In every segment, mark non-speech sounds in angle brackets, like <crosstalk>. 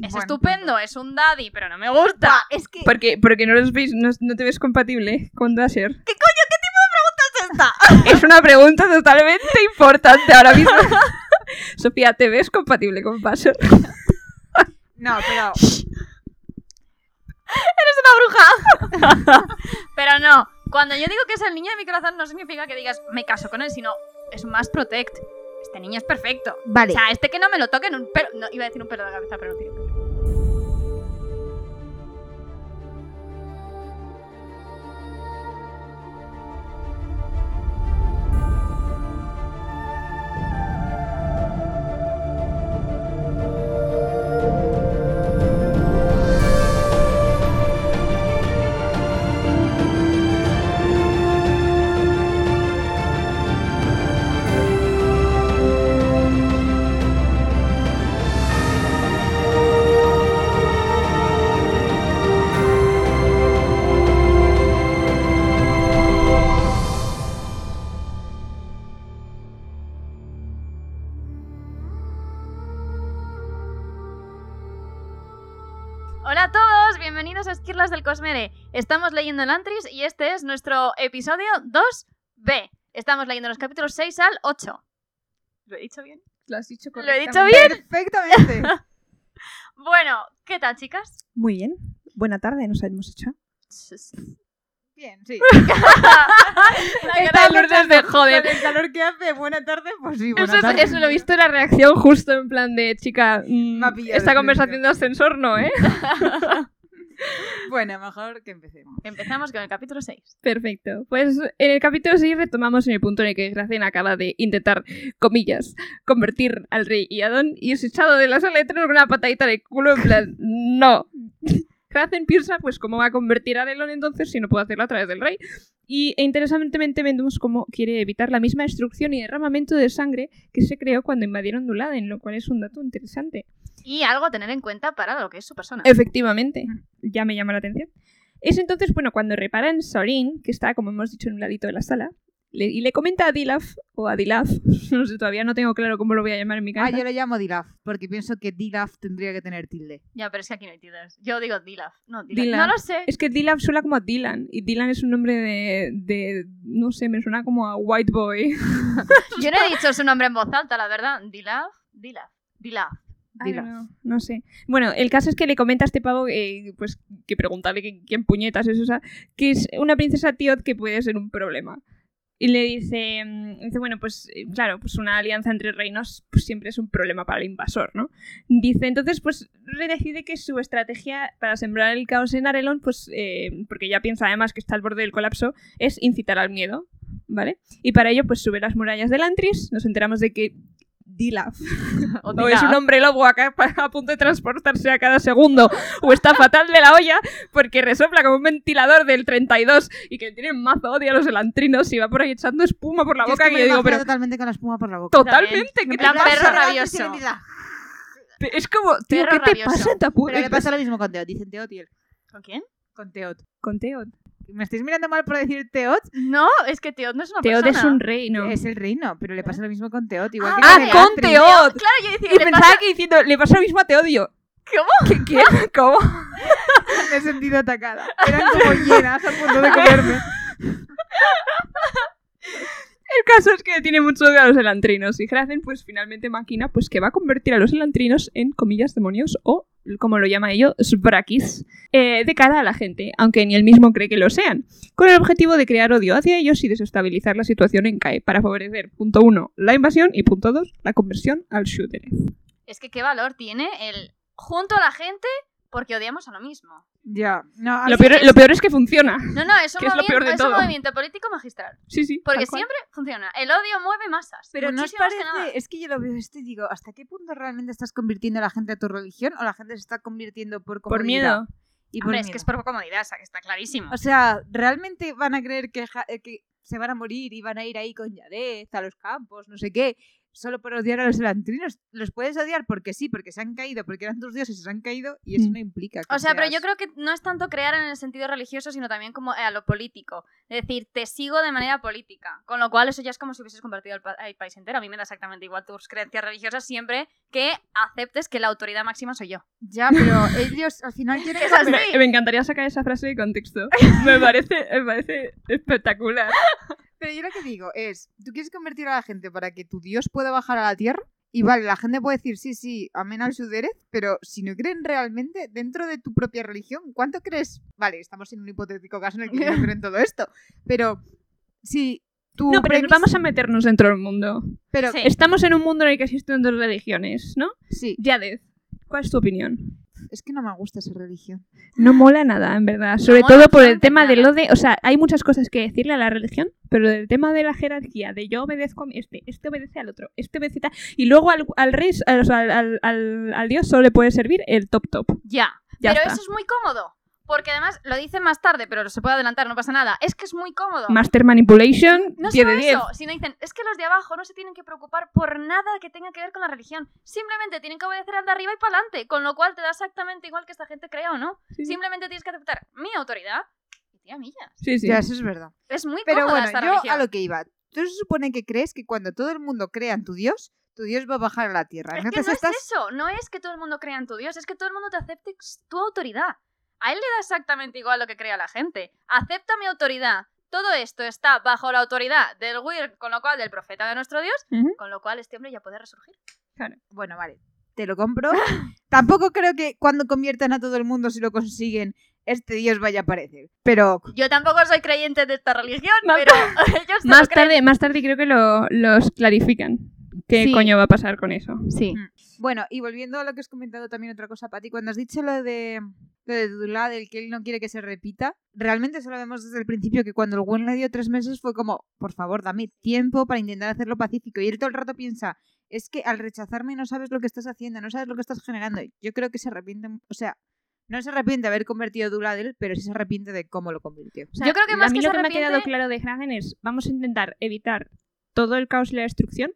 Es Bueno. estupendo, es un daddy, pero no me gusta. es que... Porque, porque no, los veis, no, no te ves compatible con Dasher. está? <laughs> Es una pregunta totalmente importante ahora <laughs> mismo. Sofía, ¿te ves compatible con Dasher? No, pero... Pero no, cuando yo digo que es el niño de mi corazón, no significa que digas me caso con él, sino es un más protect. Este niño es perfecto. Vale. O sea, este que no me lo toquen un pelo. No, iba a decir un pelo de la cabeza, pero no tiene pelo. Hola a todos, bienvenidos a Esquirlas del Cosmere. Estamos leyendo el Antris y este es nuestro episodio 2B. Estamos leyendo los capítulos 6 al 8. ¿Lo he dicho bien? Lo has dicho ¿Lo he dicho bien? <laughs> Perfectamente. Bueno, ¿qué tal, chicas? Muy bien. Buena tarde, nos hemos hecho. Bien, <laughs> sí. La cara de Lourdes de joder. Con el calor que hace, buena tarde, pues sí, buena Eso, tarde. eso lo he visto en la reacción justo en plan de chica. mm, Me ha pillado esta el conversación de ascensor no, ¿eh? Bueno, mejor que empecemos. Empezamos con el capítulo 6. Perfecto. Pues en el capítulo 6 retomamos en el punto en el que Gracien acaba de intentar, comillas, convertir al rey Iadón y es echado de la sala de tren con una patadita de culo en plan, <laughs> no. Gracien piensa, pues, cómo va a convertir a Elon entonces si no puede hacerlo a través del rey. Y e, interesantemente vemos cómo quiere evitar la misma destrucción y derramamiento de sangre que se creó cuando invadieron Duladen, lo cual es un dato interesante. Y algo a tener en cuenta para lo que es su persona. Efectivamente, Mm, ya me llama la atención. Es entonces, bueno, cuando repara en Sorin, que está, como hemos dicho, en un ladito de la sala, le- y le comenta a Dilaf, o a Dilaf, <laughs> no sé, todavía no tengo claro cómo lo voy a llamar en mi Ah, casa. yo le llamo Dilaf, porque pienso que Dilaf tendría que tener tilde. Ya, pero es que aquí no hay tildes. Yo digo Dilaf. No, Dilaf. Dilaf. No lo sé. Es que Dilaf suena como a Dylan, y Dylan es un nombre de, de- no sé, me suena como a White Boy. Yo no he dicho su nombre en voz alta, la verdad. Dilaf, Dilaf, Dilaf. <laughs> I don't Dilaf. know, no sé. Bueno, el caso es que le comenta a este pavo, eh, pues, que preguntarle que- quién puñetas es esa, que es una princesa Tiot que puede ser un problema. Y le dice, mm, dice bueno, pues eh, claro, pues una alianza entre reinos pues, siempre es un problema para el invasor, ¿no? Dice, entonces, pues re- decide que su estrategia para sembrar el caos en Arelon, pues, eh, porque ya piensa además que está al borde del colapso, es incitar al miedo, ¿vale? Y para ello, pues sube las murallas del Antris, nos enteramos de que Dilaf O o es Dilaf. un hombre lobo a, <laughs> ca- a punto de transportarse a cada segundo. O está fatal de la olla porque resopla como un ventilador del 32 y que tiene mazo odio a los elantrinos y va por ahí echando espuma por la Yo es boca. que y me lo yo digo, imagino pero totalmente con la espuma por la boca. totalmente. En ¿qué te plan pasa? perro Dilaf, rabioso. <laughs> sirenidad. Es como, tío, Perro ¿qué te rabioso. pasa en tu Pero le pasa lo mismo con Teot. Dicen Teot y él. ¿Con quién? Con Teot. Con Teod. ¿Me estáis mirando mal por decir Teot? No, es que Teod no es una Teod persona. es un reino. Es el reino, pero le pasa lo mismo con Teot. Igual Ah, que Ah, el con Atri. Teod. Claro, Ah, yo decía, Y le pensaba pasa- que diciendo, le pasa lo mismo a Teodio. ¿Qué? qué? <laughs> ¿Cómo? <laughs> Me he sentido atacada. Eran <laughs> como llenas a punto de comerme. El caso es que tiene mucho odio a los elantrinos y Hrazen pues finalmente máquina pues que va a convertir a los elantrinos en comillas demonios o como lo llama ello, Sbrakis, eh, de cara a la gente, aunque ni él mismo cree que lo sean, con el objetivo de crear odio hacia ellos y desestabilizar la situación en CAE para favorecer, punto uno, la invasión y punto dos, la conversión al shooter. Es que qué valor tiene el junto a la gente porque odiamos a lo mismo. Ya. No, a Lo mí- peor, lo peor es que funciona. No, no, es un, <laughs> Que es lo movimiento- peor de es un todo. movimiento político magistral. Sí, sí. Porque tal cual. siempre funciona. El odio mueve masas. Pero no os Muchísimo más que nada. parece, es que yo lo veo esto y digo, ¿hasta qué punto realmente estás convirtiendo a la gente a tu religión o la gente se está convirtiendo por Por comodidad miedo. Y por Hombre, es miedo? que es por comodidad, o sea, que está clarísimo. O sea, ¿realmente van a creer que, ja- eh, que se van a morir y van a ir ahí con Yadez a los campos, no sé qué? solo por odiar a los elantrinos. Los puedes odiar porque sí, porque se han caído, porque eran tus dioses y se han caído, y eso Mm. no implica que O sea, pero yo seas- creo que no es tanto crear en el sentido religioso, sino también como eh, a lo político. Es decir, te sigo de manera política. Con lo cual, eso ya es como si hubieses convertido al, pa- al país entero. A mí me da exactamente igual tus creencias religiosas siempre que aceptes que la autoridad máxima soy yo. Ya, <laughs> pero ellos al final quieren... Es <laughs> así. Me, me encantaría sacar esa frase de <laughs> contexto. Me parece, me parece espectacular. Pero yo lo que digo es, tú quieres convertir a la gente para que tu Dios pueda bajar a la tierra. Y vale, la gente puede decir, sí, sí, amén al suderez, pero si no creen realmente dentro de tu propia religión, ¿cuánto crees? Vale, estamos en un hipotético caso en el que yo no creo en todo esto, pero si tú... No, pero vamos a meternos dentro del mundo. Pero Sí. Estamos en un mundo en el que existen dos religiones, ¿no? sí, Yadez, ¿cuál es tu opinión? es que no me gusta esa religión. No mola nada, en verdad. No Sobre mola todo por el absolutamente tema de nada. lo de. O sea, hay muchas cosas que decirle a la religión, pero el tema de la jerarquía, de yo obedezco a este, este obedece al otro, este obedece tal. Y luego al, al rey, al, o sea, al- al- al- al dios solo le puede servir el top top. Ya. Ya pero está. eso es muy cómodo. Porque además lo dice más tarde, pero se puede adelantar, no pasa nada. Es que es muy cómodo. Master Manipulation, no 10 solo de 10. eso, sino dicen, es que los de abajo no se tienen que preocupar por nada que tenga que ver con la religión. Simplemente tienen que obedecer al de arriba y para adelante, con lo cual te da exactamente igual que esta gente crea o no. Sí, sí. Simplemente tienes que aceptar mi autoridad y tía mía. Sí, sí. Ya, eso es verdad. Es muy Pero cómoda bueno, esta yo religión. a lo que iba. Tú se supone que crees que cuando todo el mundo crea en tu Dios, tu Dios va a bajar a la tierra. Es que Entonces no estás... es eso, no es que todo el mundo crea en tu Dios, es que todo el mundo te acepte ex- tu autoridad. A él le da exactamente igual lo que crea la gente. Acepta mi autoridad. Todo esto está bajo la autoridad del Weird, con lo cual del profeta de nuestro Dios, Ujú. con lo cual este hombre ya puede resurgir. Bueno, vale, te lo compro. Tampoco creo que cuando conviertan a todo el mundo, si lo consiguen, este dios vaya a aparecer. Pero Yo tampoco soy creyente de esta religión, pero <laughs> ellos se lo Más creen. tarde, más tarde creo que lo- los clarifican. ¿Qué Sí. coño va a pasar con eso? Sí. bueno, y volviendo a lo que has comentado también otra cosa, Pati, cuando has dicho lo de lo de Dudlá, del que él no quiere que se repita, realmente eso lo vemos desde el principio, que cuando el Gwen le dio tres meses fue como, por favor, dame tiempo para intentar hacerlo pacífico. Y él todo el rato piensa, es que al rechazarme no sabes lo que estás haciendo, no sabes lo que estás generando. Yo creo que se arrepiente, o sea, no se arrepiente de haber convertido a Dudlá de él, pero sí se arrepiente de cómo lo convirtió. O sea, Yo creo que más a mí que lo se que me ha quedado arrepiente- claro de Hagen es vamos a intentar evitar todo el caos y la destrucción,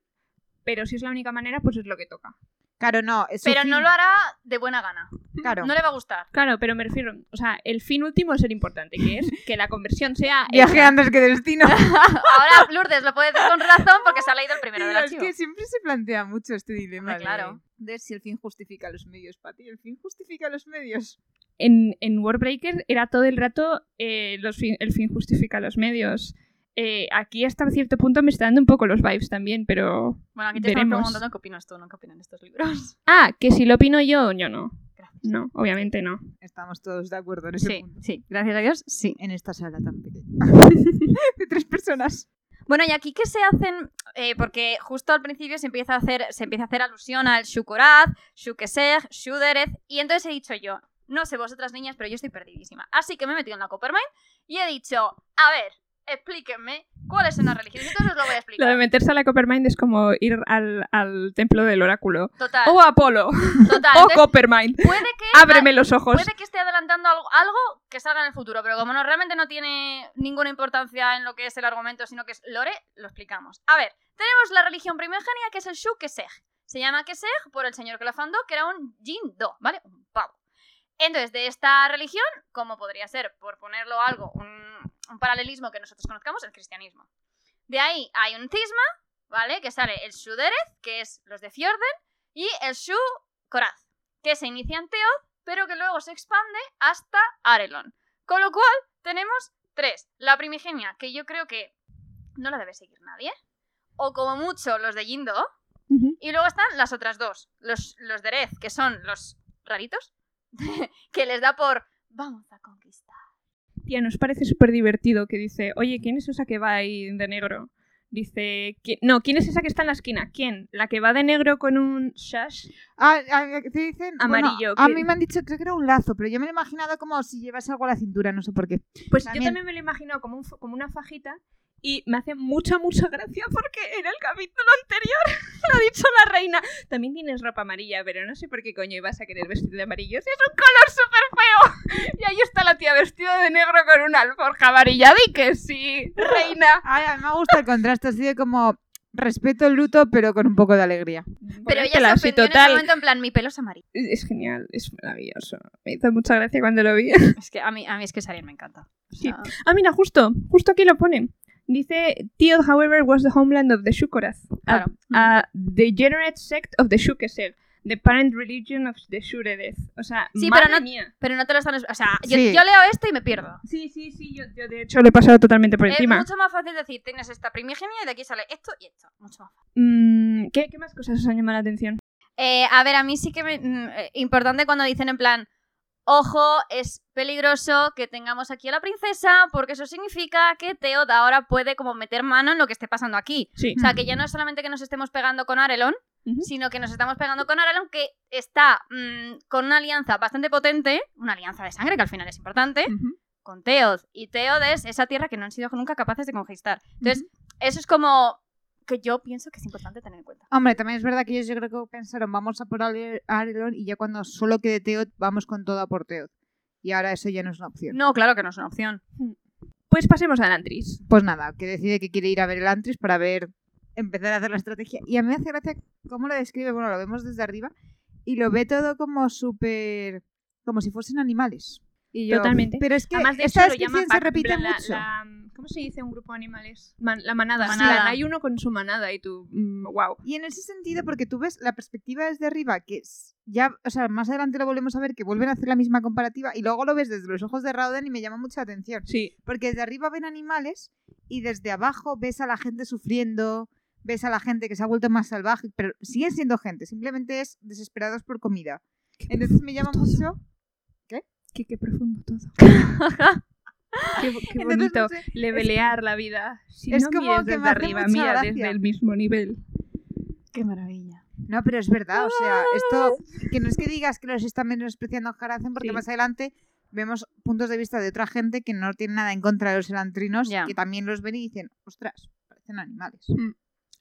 pero si es la única manera, pues es lo que toca. Claro, no, es su Pero fin, no lo hará de buena gana. claro. No le va a gustar. Claro, pero me refiero, o sea, el fin último es el importante, que es que la <laughs> conversión sea Viaje esa. antes que destino. Ahora Lourdes lo puede decir con razón porque se ha leído el primero del <laughs> es archivo. que siempre se plantea mucho este dilema. Hombre, claro. De, de si el fin justifica los medios, Pati. El fin justifica los medios. en, en Warbreaker era todo el rato eh, los fin- el fin justifica los medios. Eh, aquí hasta cierto punto me está dando un poco los vibes también, pero... Bueno, aquí te están Veremos. preguntando qué opinas tú, no qué opinan estos libros. Ah, que si lo opino yo, yo no. Gracias. No, obviamente no. Estamos todos de acuerdo en ese Sí, punto. <laughs> sí, gracias a Dios, sí. En esta sala tan pequeña. <laughs> de tres personas. Bueno, y aquí que se hacen, Eh, porque justo al principio se empieza a hacer, se empieza a hacer alusión al Shukuraz, Shukeseg, Shuderez, y entonces he dicho yo, no sé vosotras niñas, pero yo estoy perdidísima. Así que me he metido en la Coppermine y he dicho, a ver, explíquenme cuáles son las religiones. Entonces os lo voy a Lo de explicar. meterse a la Coppermind es como ir al, al templo del oráculo. <laughs> Total, O Apolo. total. O Entonces, Coppermind. puede que Ábreme los ojos. Puede que esté adelantando algo, algo que salga en el futuro, pero como no, realmente no tiene ninguna importancia en lo que es el argumento, sino que es lore, lo explicamos. A ver, tenemos la religión primigenia que es el Shukeseg. Se llama Keseg por el señor que la fundó, que era un Jin-do, ¿vale? Un pavo. Entonces, de esta religión, como podría ser, por ponerlo algo, un, un paralelismo que nosotros conozcamos, el cristianismo. De ahí hay un cisma, ¿vale? Que sale el Shuderez, que es los de Fjorden, y el Shu Koraz, que se inicia en Teo pero que luego se expande hasta Arelon. Con lo cual, tenemos tres. La primigenia, que yo creo que no la debe seguir nadie, o como mucho los de Yindo, Ujú. y luego están las otras dos, los, los de Rez, que son los raritos, <laughs> que les da por vamos a conquistar. Tía, nos parece súper divertido que dice, oye, ¿quién es esa que va ahí de negro? Dice, "¿Qui- no, ¿quién es esa que está en la esquina? ¿Quién? ¿La que va de negro con un shash? Ah, ah, te dicen. bueno, Amarillo, a que- mí me han dicho, creo que era un lazo, pero yo me lo he imaginado como si llevase algo a la cintura, no sé por qué. Pues yo También. también me lo he imaginado como, un fa- como una fajita y me hace mucha, mucha gracia porque en el capítulo anterior <laughs> lo ha dicho la reina. También tienes ropa amarilla, pero no sé por qué coño ibas a querer vestir de amarillo. si Es un color súper feo. <laughs> Y ahí está la tía vestida de negro con una alforja amarilla. Di que sí, reina. Ay, a mí me gusta el contraste, así de como. Respeto el luto, pero con un poco de alegría. Pero Ponértela ella se así, ofendió en ese total. momento en plan, mi pelo es amarillo. Es genial, es maravilloso. Me hizo mucha gracia cuando lo vi. <laughs> Es que a mí, a mí es que Sarien me encanta. O Sí. sea, Ah, mira, justo, justo aquí lo pone. Dice, Teod, however, was the homeland of the Shukorath, a, Claro. a degenerate sect of the Shukesel, the parent religion of the Shuredeth. O sea, Sí, madre pero no- mía. Pero no te lo están... O sea, yo, Sí. yo leo esto y me pierdo. Sí, sí, sí, yo, yo de hecho lo he pasado totalmente por Es encima. mucho más fácil decir, tienes esta primigenia y de aquí sale esto y esto. Mucho más fácil. Mm, ¿qué, qué más cosas os han llamado la atención? Eh, a ver, a mí sí que me... mm, eh, importante cuando dicen en plan, ojo, es peligroso que tengamos aquí a la princesa porque eso significa que Teod ahora puede como meter mano en lo que esté pasando aquí. Sí. O sea, que ya no es solamente que nos estemos pegando con Arelon, Ujú. sino que nos estamos pegando con Arelon, que está mm, con una alianza bastante potente, una alianza de sangre, que al final es importante, Ujú. con Teod. Y Teod es esa tierra que no han sido nunca capaces de conquistar. Entonces, eso es como que yo pienso que es importante tener en cuenta. Hombre, también es verdad que ellos yo creo que pensaron, vamos a por Ale- Arelon y ya cuando solo quede Teod, vamos con todo a por Teod. Y ahora eso ya no es una opción. No, claro que no es una opción. Pues pasemos a Elantris. Pues nada, que decide que quiere ir a ver el Antris para ver, empezar a hacer la estrategia. Y a mí me hace gracia cómo lo describe, bueno, lo vemos desde arriba, y lo ve todo como súper, como si fuesen animales. Y yo- Totalmente. Pero es que Además, de esta hecho, lo llaman descripción se pack, repite en plan, la- mucho. la- ¿Cómo se dice un grupo de animales? Man- la manada. La sí, manada. hay uno con su manada y tú, mm, wow. Y en ese sentido, porque tú ves la perspectiva desde arriba, que es- ya, o sea, más adelante lo volvemos a ver, que vuelven a hacer la misma comparativa, y luego lo ves desde los ojos de Rauden y me llama mucha atención. Sí. Porque desde arriba ven animales y desde abajo ves a la gente sufriendo, ves a la gente que se ha vuelto más salvaje, pero siguen siendo gente, simplemente es desesperados por comida. Entonces me llama mucho. Qué, <laughs> qué profundo todo. qué, qué Entonces, bonito. no sé, Levelear la vida. Si es no como miras que desde me hace arriba, mucha mira gracia. desde el mismo nivel. Qué maravilla. No, pero es verdad, o sea, esto que no es que digas que los están menospreciando a Haracen, porque Ah. Sí. más adelante vemos puntos de vista de otra gente que no tiene nada en contra de los elantrinos, Ya. que también los ven y dicen, ostras, parecen animales.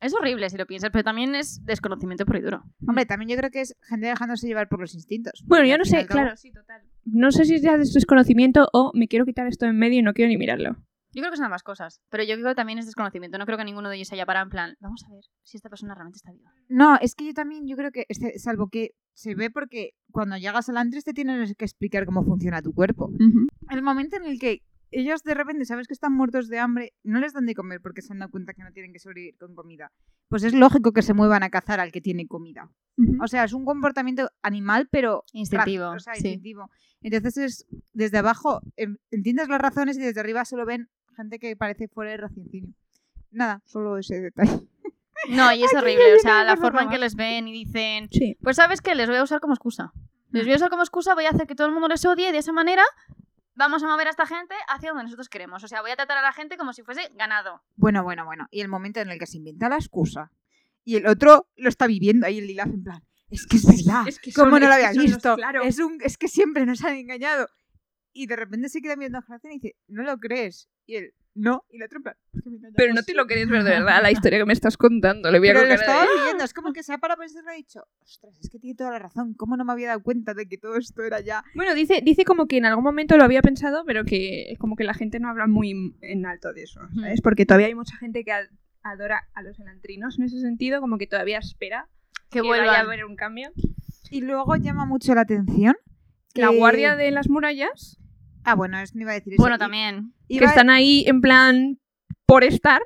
Es horrible si lo piensas, pero también es desconocimiento puro y duro. Hombre, también yo creo que es gente dejándose llevar por los instintos. Mm. Bueno, porque yo al no fin y sé, al cabo- claro, sí, total. No sé si es ya de desconocimiento o me quiero quitar esto en medio y no quiero ni mirarlo. Yo creo que son ambas cosas, pero yo creo que también es desconocimiento. No creo que ninguno de ellos haya parado en plan, vamos a ver si esta persona realmente está viva. No, es que yo también, yo creo que, este- salvo que se ve porque cuando llegas al antris te tienen que explicar cómo funciona tu cuerpo. El momento en el que ellos de repente sabes que están muertos de hambre, no les dan de comer porque se han dado cuenta que no tienen que sobrevivir con comida. Pues es lógico que se muevan a cazar al que tiene comida. O sea, es un comportamiento animal, pero Instintivo. ra- o sea, sí. instintivo. Entonces es desde abajo em, entiendes las razones y desde arriba solo ven gente que parece fuera de raciocinio. Nada, solo ese detalle. <laughs> No, y es horrible. ya O no sea, me la acuerdo forma en que más. les ven y dicen, Sí. pues sabes que les voy a usar como excusa. Les voy a usar como excusa, voy a hacer que todo el mundo les odie y de esa manera vamos a mover a esta gente hacia donde nosotros queremos. O sea, voy a tratar a la gente como si fuese ganado. Bueno, bueno, bueno. Y el momento en el que se inventa la excusa. Y el otro lo está viviendo ahí el Lilaf en plan. Es que es verdad. es que como son- no lo es que había son los- visto. claro. es, un, es que siempre nos han engañado. Y de repente se queda mirando a Jonathan y dice, ¿no lo crees? Y él, no. Y el otro en plan, "Es que me engañamos". Pero no te lo queréis ver de <laughs> verdad, la historia que me estás contando. Le voy a Pero lo colocar estaba ahí. viviendo. Es como que se ha parado a pensar y ha dicho, ostras, es que tiene toda la razón. ¿Cómo no me había dado cuenta de que todo esto era ya? Bueno, dice, dice como que en algún momento lo había pensado, pero que como que la gente no habla muy en alto de eso, ¿sabes? Porque todavía hay mucha gente que ad- adora a los elantrinos en ese sentido, como que todavía espera Que que vaya a vuelvan. haber un cambio. Y luego llama mucho la atención. La que- guardia de las murallas, Ah, bueno, es, no iba a decir eso. Bueno, I- también. iba que a- están ahí en plan por estar,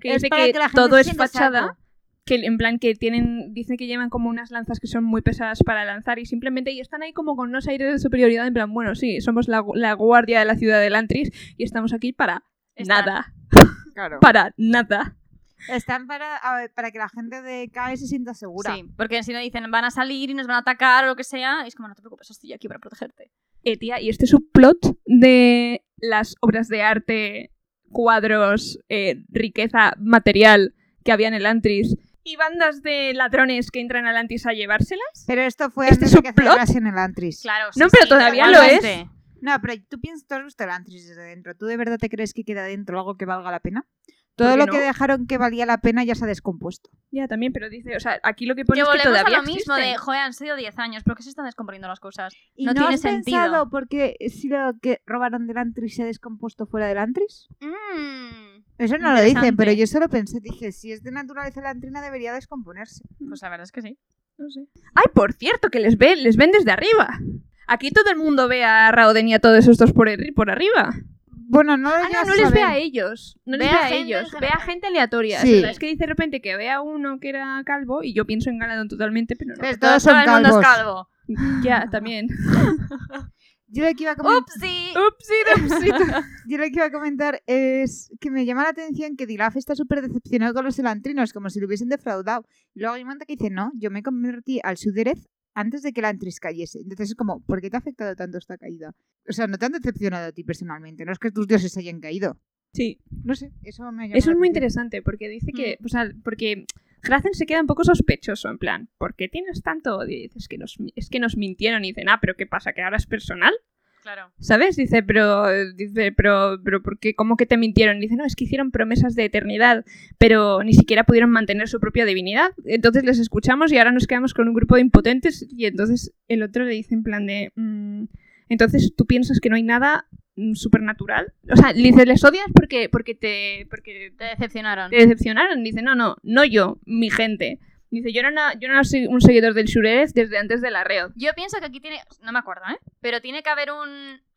que Es dice para que, que la gente todo se es sienta fachada. salvo. Que en plan que tienen, dicen que llevan como unas lanzas que son muy pesadas para lanzar y simplemente y están ahí como con unos aires de superioridad, en plan, bueno, sí, somos la, gu- la guardia de la ciudad de Lantris y estamos aquí para Estar. nada. Claro. para nada. Están para, a- para que la gente de CAE se sienta segura. Sí, porque si no dicen van a salir y nos van a atacar o lo que sea, y es como no te preocupes, estoy aquí para protegerte. Eh, tía, y este subplot de las obras de arte, cuadros, eh, riqueza material que había en el Antris y bandas de ladrones que entran al Antris a llevárselas. Pero esto fue ¿Este antes es de un que plot? celebrasen el Antris. Claro, No, pero todavía lo Pues es. igualmente. No, pero tú piensas, tú has visto el Antris desde dentro. ¿Tú de verdad te crees que queda dentro algo que valga la pena? Todo qué lo no? que dejaron que valía la pena ya se ha descompuesto. Ya, también, pero dice, o sea, aquí lo que pone Que es que volvemos a todavía lo mismo existen. de, joder, han sido 10 años, ¿por qué se están descomponiendo las cosas? ¿Y No no, tiene has sentido. pensado por qué si lo que robaron del Antris se ha descompuesto fuera del Antris? Mm. Eso no lo dicen, pero Interesante. yo solo pensé, dije, si es de naturaleza lantrina debería descomponerse. Pues la verdad es que sí. No sé. Ay, por cierto, que les ven, les ven desde arriba. Aquí todo el mundo ve a Raoden y a todos estos por, el- por arriba. Bueno, no lo Ah, no, llegas no a les ve saber. a ellos. No les Ve ve, a a, gente en ellos. Ve a general. gente aleatoria. Sí. O sea, Es que dice de repente que ve a uno que era calvo y yo pienso en Galadón totalmente, pero no. Pero Pues todos son todo el mundo es calvos. calvo. <laughs> <laughs> Ya, también. Yo lo que iba a Oh, comentar, ¡Upsi! Upsi, upsi. <laughs> yo lo que iba a comentar es que me llama la atención que Dilaf está súper decepcionado con los elantrinos, como si lo hubiesen defraudado. Y luego hay un momento que dice, no, yo me convertí al suderez antes de que Elantris cayese. Entonces es como, ¿por qué te ha afectado tanto esta caída? O sea, no te han decepcionado a ti personalmente, no es que tus dioses hayan caído. Sí. No sé, eso me llama Eso la es atención. muy interesante porque dice Mm. que. O sea, porque. Gracen se queda un poco sospechoso, en plan, ¿por qué tienes tanto odio? Y dice, es que nos, es que nos mintieron. Y dicen, ah, pero ¿qué pasa? ¿Que ahora es personal? Claro. ¿Sabes? Dice, pero, eh, dice, pero, pero, ¿por qué? ¿Cómo que te mintieron? Dice, no, es que hicieron promesas de eternidad, pero ni siquiera pudieron mantener su propia divinidad. Entonces les escuchamos y ahora nos quedamos con un grupo de impotentes. Y entonces el otro le dice en plan de, "Mm, entonces tú piensas que no hay nada mm, supernatural. O sea, le dice, les odias porque, porque te, porque Te decepcionaron. te Eh. decepcionaron. Dice, no, no, no yo, mi gente. Dice, yo no era, yo no era se- un seguidor del Shurerez desde antes de la red. Yo pienso que aquí tiene. No me acuerdo, ¿eh? Pero tiene que haber un.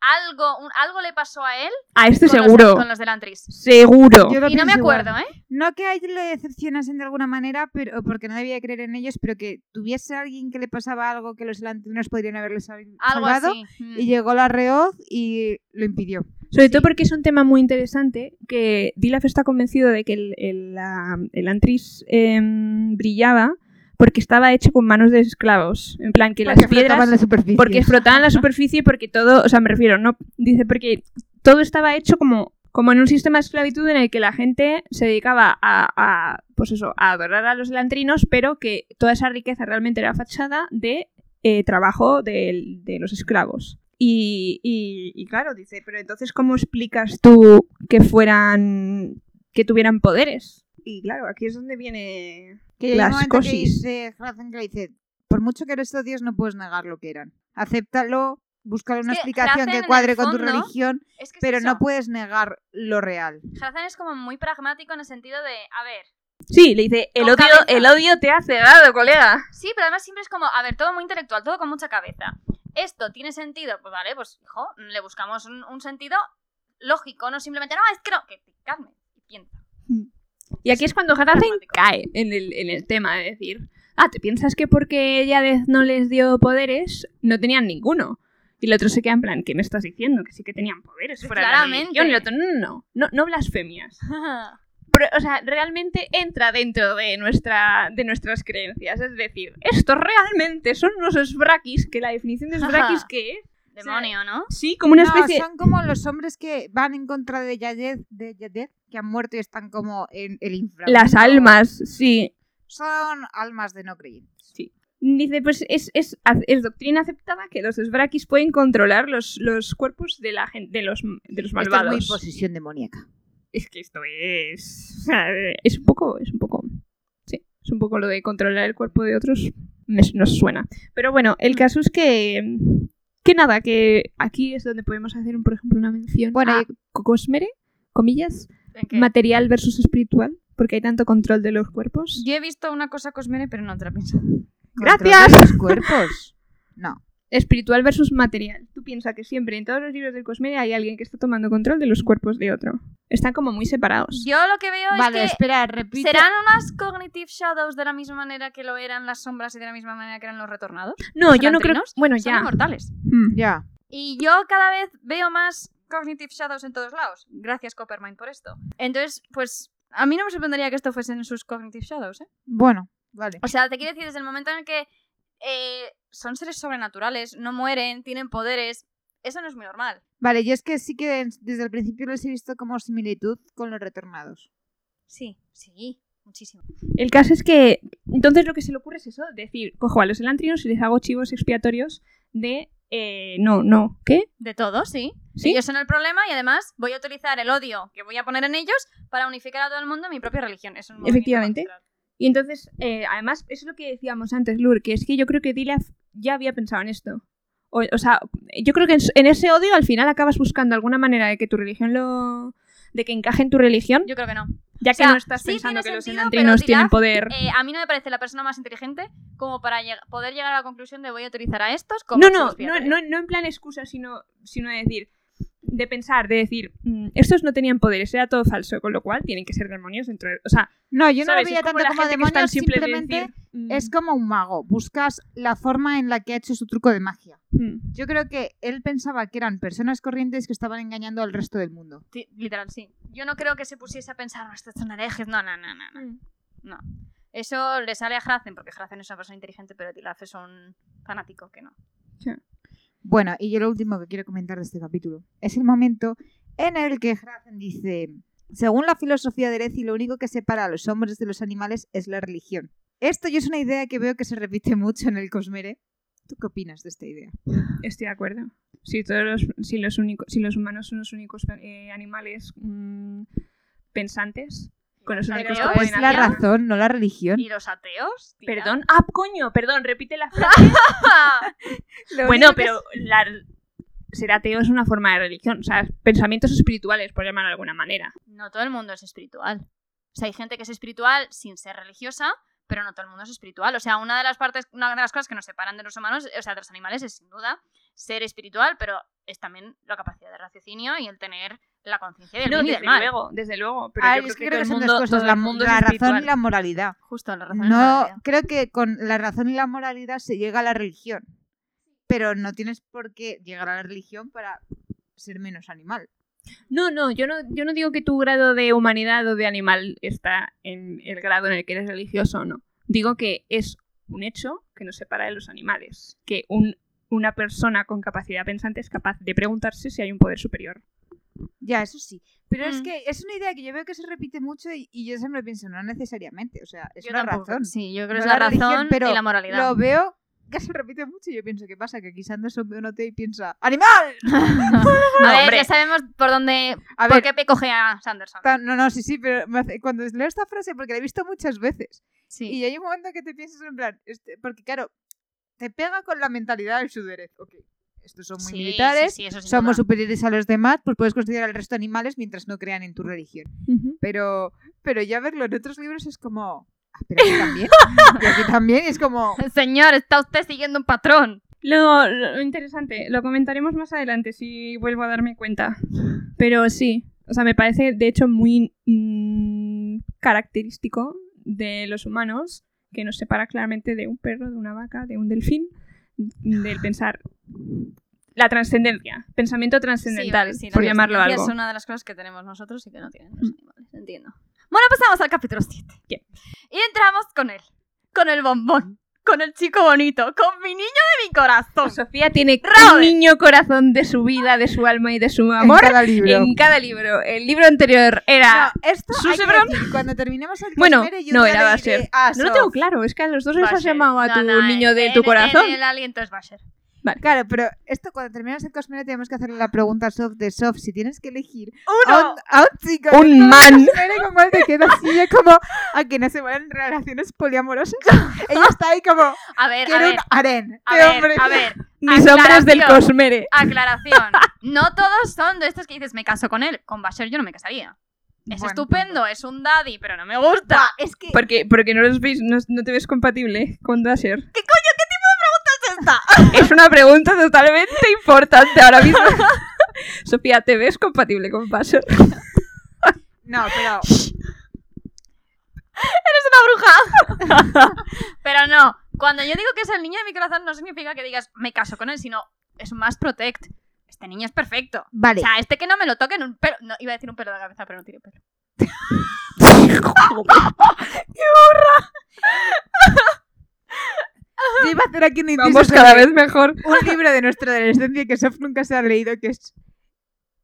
Algo un, algo le pasó a él A este con seguro. Los, con los del Antris. Seguro. Yo lo Y no me pienso igual. acuerdo, ¿eh? No que a ellos le decepcionasen de alguna manera, pero o porque no debía creer en ellos, pero que tuviese alguien que le pasaba algo que los lantinos podrían haberle sal- Algo salvado. así. Mm. Y llegó la reoz y lo impidió. Sobre todo porque es un tema muy interesante que Dilaf está convencido de que el, el, la- el Antris em, brillaba porque estaba hecho con manos de esclavos. En plan, que las piedras... flotaban la superficie. Porque flotaban la superficie y porque todo... O sea, me refiero, no... Dice porque todo estaba hecho como... Como en un sistema de esclavitud en el que la gente se dedicaba a, a, pues eso, a adorar a los elantrinos, pero que toda esa riqueza realmente era fachada de eh, trabajo del- de, los esclavos. Y, y- y claro, dice, pero entonces, ¿cómo explicas tú que fueran, que tuvieran poderes? Y claro, aquí es donde viene... que llega un las momento Que cosis. dice, Hrazan que le dice, por mucho que eres odios, no puedes negar lo que eran. Acéptalo, búscale una Es que Hrazan, explicación en que el cuadre con tu fondo, religión, Mm. Es que es pero eso. no puedes negar lo real. Harazan es como muy pragmático en el sentido de, a ver, Sí, le dice, el Con odio, cabeza. el odio te ha cegado, colega. sí, pero además siempre es como, a ver, todo muy intelectual, todo con mucha cabeza. Esto tiene sentido, pues vale, pues hijo, le buscamos un, un sentido lógico, no simplemente, no, es que no, que Carmen, piensa. <laughs> Y aquí es cuando Harazen Dramático. cae en el, en el tema de decir, ah, ¿te piensas que porque Yadez no les dio poderes, no tenían ninguno? Y el otro se queda en plan, ¿qué me estás diciendo? Que sí que tenían poderes Pues fuera claramente. de la religión. Y el otro, no, no, no, no blasfemias. Pero, o sea, realmente entra dentro de, nuestra, de nuestras creencias. Es decir, estos realmente son unos esbraquis, que la definición de esbraquis Ajá. que es, Demonio, ¿no? sí, como una No, especie... son como los hombres que van en contra de Yadez, de Yadez, que han muerto y están como en el infra. Las almas, sí, Son almas de no creyentes. Dice, pues es, es, es doctrina aceptada que los esbraquis pueden controlar los, los cuerpos de la gente, de los, de los Esto es malvados. muy posesión demoníaca. Es que esto es. Es un poco. Es un poco. Sí. Es un poco lo de controlar el cuerpo de otros. Me, nos suena. Pero bueno, Mm. el caso es que. Que nada, que aquí es donde podemos hacer, por ejemplo, una mención Bueno, a y- Cosmere, comillas, ¿En qué? material versus espiritual, porque hay tanto control de los cuerpos. Yo he visto una cosa cosmere, pero no otra pienso. Control Gracias. de los cuerpos. No. espiritual versus material. Tú piensas que siempre en todos los libros del Cosmere hay alguien que está tomando control de los cuerpos de otro. Están como muy separados. Yo lo que veo Vale, es que espera, repite. ¿Serán unas cognitive shadows de la misma manera que lo eran las sombras y de la misma manera que eran los retornados? No, ¿Los yo no creo. elantrinos? Bueno, Son ya. inmortales. Mm. Ya. Y yo cada vez veo más Cognitive Shadows en todos lados. Gracias, Coppermine, por esto. Entonces, pues a mí no me sorprendería que esto fuesen sus Cognitive Shadows, ¿eh? Bueno, vale. O sea, te quiero decir, desde el momento en el que eh, son seres sobrenaturales, no mueren, tienen poderes, eso no es muy normal. Vale, yo es que sí que en- desde el principio los he visto como similitud con los retornados. Sí, sí, muchísimo. El caso es que. Entonces lo que se le ocurre es eso: decir, cojo a los elantrinos y les hago chivos expiatorios de. eh, no, no. ¿Qué? De todo, sí. ¿Sí? Ellos son el problema y además voy a utilizar el odio que voy a poner en ellos para unificar a todo el mundo en mi propia religión. Es un movimiento Efectivamente. magistral. Y entonces, eh, además, eso es lo que decíamos antes, Lur, que es que yo creo que Dilaf ya había pensado en esto. O, o sea, yo creo que en, s- en ese odio al final acabas buscando alguna manera de que tu religión lo... de que encaje en tu religión, Yo creo que no. ya que sea, no estás sí pensando tiene que los sentido, enantrinos pero tienen dirás, poder. Eh, a mí no me parece la persona más inteligente como para lleg- poder llegar a la conclusión de voy a utilizar a estos como No, no, chivos no, expiatorios. no, no en plan excusa, sino, sino de decir, de pensar, de decir, "Mm, estos no tenían poderes, era todo falso, con lo cual tienen que ser demonios dentro de... O sea, No, yo no lo ¿sabes? Es veía tanto la como gente que es tan demonios, simple de simplemente decir, "Mm, es como un mago. Buscas la forma en la que ha hecho su truco de magia. mm". Yo creo que él pensaba que eran personas corrientes que estaban engañando al resto del mundo. Sí, Literal, sí. Yo no creo que se pusiese a pensar, no, estos son herejes. No, no, no, no. no. Mm. No. Eso le sale a Hrazen, porque Hrazen es una persona inteligente, pero Tilaf es un fanático que no. Bueno, y yo lo último que quiero comentar de este capítulo es el momento en el que Hrazen dice: Según la filosofía de Erezi, lo único que separa a los hombres de los animales es la religión. Esto yo es una idea que veo que se repite mucho en el Cosmere. ¿Tú qué opinas de esta idea? Estoy de acuerdo. Si, todos los, si, los únicos, si los humanos son los únicos eh, animales mm, pensantes, con los Pero únicos es que pueden es la hacer- hablar. razón, no la religión. ¿Y los ateos? tía? <laughs> Perdón, ah, coño, perdón, repite la frase. bueno, pero la- ser ateo es una forma de religión, o sea, pensamientos espirituales, por llamar de alguna manera. no todo el mundo es espiritual. O sea, hay gente que es espiritual sin ser religiosa, pero no todo el mundo es espiritual. O sea, una de las partes, una de las cosas que nos separan de los humanos, o sea, de los animales, es sin duda ser espiritual, pero es también la capacidad de raciocinio y el tener la conciencia del bien y desde del mal. luego, desde luego. Pero Ah, yo yo creo es que, que creo todo que el son mundo, dos cosas, todo la, el la mundo es razón espiritual. y la moralidad. Justo, la razón es No, válida. creo que con la razón y la moralidad se llega a la religión, pero no tienes por qué llegar a la religión para ser menos animal. No, no, yo no, yo no digo que tu grado de humanidad o de animal está en el grado en el que eres religioso o no. Digo que es un hecho que nos separa de los animales. Que un- una persona con capacidad pensante es capaz de preguntarse si hay un poder superior. Ya, eso sí. Pero es Mm. que es una idea que yo veo que se repite mucho y, y yo siempre pienso, no necesariamente, o sea, es Yo una tampoco. razón. Sí, yo creo que es No la, la religión, razón pero y la moralidad. <laughs> Lo <laughs> veo que se repite mucho y yo pienso, ¿qué pasa? Que aquí Sanderson ve un hotel y piensa, ¡animal! a ver, hombre. ya sabemos por dónde. A ¿Por ver, qué coge a Sanderson? ta- no, no, sí, sí, pero me hace- cuando leo esta frase, porque la he visto muchas veces, Sí. Y hay un momento que te piensas en plan, este- porque claro, te pega con la mentalidad del Suderet. Ok, estos son Sí, muy militares, sí, sí, eso sin somos duda. superiores a los demás, pues puedes considerar al resto animales mientras no crean en tu religión. Pero, pero ya verlo en otros libros es como, "Ah, pero aquí también, y <laughs> aquí también, y es como, Señor, está usted siguiendo un patrón. Lo, lo interesante, lo comentaremos más adelante si vuelvo a darme cuenta. Pero sí, o sea, me parece de hecho muy mm, característico de los humanos que nos separa claramente de un perro, de una vaca, de un delfín, del pensar la trascendencia, pensamiento trascendental, Sí, sí, la por llamarlo trascendencia algo. Mm. Es una de las cosas que tenemos nosotros y que no tienen los animales, entiendo. Bueno, pasamos al capítulo 7. Bien. Y entramos con él, con el bombón, con el chico bonito, con mi niño de mi corazón. Sofía tiene Raúl. un niño corazón de su vida, de su alma y de su en amor cada libro. en cada libro. El libro anterior era No, esto hay que Susebron. decir, cuando terminemos el Bueno, Cosmere, yo no, un día era le Basher. diré, "Ah, No lo Sof". tengo claro, es que a los dos les has Basher. llamado a No, tu no, niño de en- tu corazón. En el aliento es Basher. Claro, pero esto cuando terminemos el Cosmere tenemos que hacerle la pregunta a Sof de Sof, si tienes que elegir a Oh, un, a un chico. Un de todo man. el Cosmere con cual te quedas y yo como a que no se vayan relaciones <laughs> poliamorosas. Ella está ahí como A ver, a quiero un ver, harén a de ver, hombres". a <laughs> ver, Mis hombres del Aclaración. Cosmere. aclaración. No todos son de estos que dices, me caso con él. Con Basher yo no me casaría. Es Bueno, estupendo, es un daddy, pero no me gusta. Buah, es que Porque, porque no los veis, no, no te ves compatible con Dasher. ¿Dónde está? <laughs> Es una pregunta totalmente importante ahora mismo. <laughs> Sofía, ¿te ves compatible con Dasher? no, pero ¡Eres una bruja! Pero no, cuando yo digo que es el niño de mi corazón, no significa que digas me caso con él, sino es un más protect. Este niño es perfecto. O vale. sea, este que no me lo toquen un pelo. No, iba a decir un pelo de la cabeza, pero no tiene pelo. Yo iba a hacer aquí un inciso Vamos sobre cada vez mejor. un libro de nuestra adolescencia que Sof nunca se ha leído que es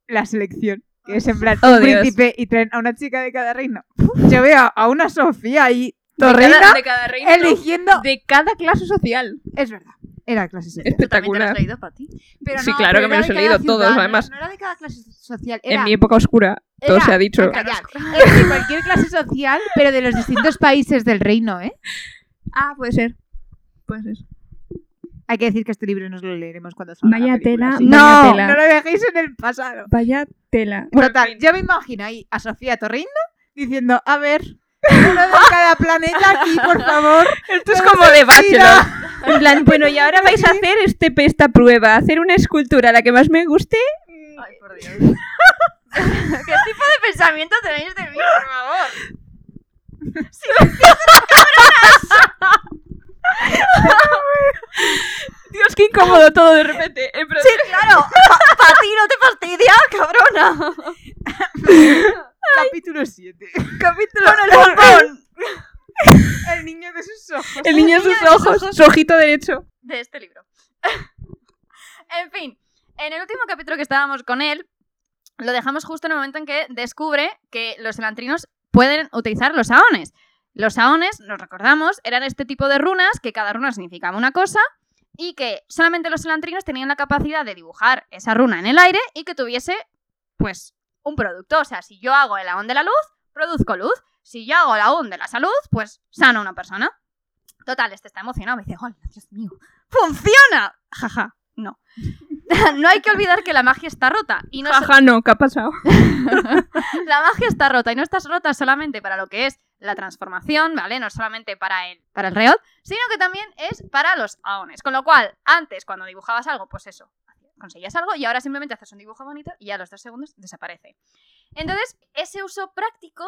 La selección. Que es en plan Oh, un Dios. príncipe y traen a una chica de cada reino. Yo veo a una Sofía ahí, De torreina, cada, de cada reino, eligiendo de cada clase social. Es verdad. Era clase social. ¿Tú también te lo has Espectacular. leído, Pati? <laughs> Pero Este- Sí, no, claro pero que me era los he de leído cada todos, ciudad, no- además. No, era de cada clase social, era, En mi época oscura, todo era- se ha dicho. callad, era de cualquier clase social, pero de los distintos países del reino, ¿eh? Ah, puede ser. Puede ser. Hay que decir que este libro nos lo leeremos cuando salga. Vaya la película, tela, sí. vaya No, tela. no lo dejéis en el pasado. Vaya Tela. Bueno, en Total, fin. yo me imagino ahí a Sofía Torrindo diciendo, a ver, uno de cada planeta aquí, <laughs> por favor. Esto es Pero como de mentira. Bachelor. En <laughs> plan, bueno, y ahora vais a hacer este, esta prueba, hacer una escultura, la que más me guste. Ay, por Dios. ¿Qué tipo de pensamiento tenéis de mí, por <laughs> favor? Dios, qué incómodo todo de repente. En plan, claro. ¿Para ti no te fastidia, cabrona? <laughs> Capítulo 7. capítulo. <laughs> El niño de sus ojos. El niño en sus ojos, su ojito derecho. de este libro. <laughs> en fin, en el último capítulo que estábamos con él, lo dejamos justo en el momento en que descubre que los elantrinos pueden utilizar los saones. Los saones, nos recordamos, eran este tipo de runas que cada runa significaba una cosa y que solamente los elantrinos tenían la capacidad de dibujar esa runa en el aire y que tuviese, pues, un producto. O sea, si yo hago el aón de la luz, produzco luz. Si yo hago el aón de la salud, pues sano a una persona. Total, este está emocionado. Me dice, hola, Dios mío, ¡funciona! Jaja, no. <laughs> no hay que olvidar que la magia está rota. Y no so- Ajá, no, ¿qué ha pasado? <laughs> la magia está rota y no está rota solamente para lo que es la transformación, ¿vale? No solamente para el, para el reot, sino que también es para los aones. Con lo cual, antes cuando dibujabas algo, pues eso, conseguías algo y ahora simplemente haces un dibujo bonito y a los dos segundos desaparece. Entonces, ese uso práctico,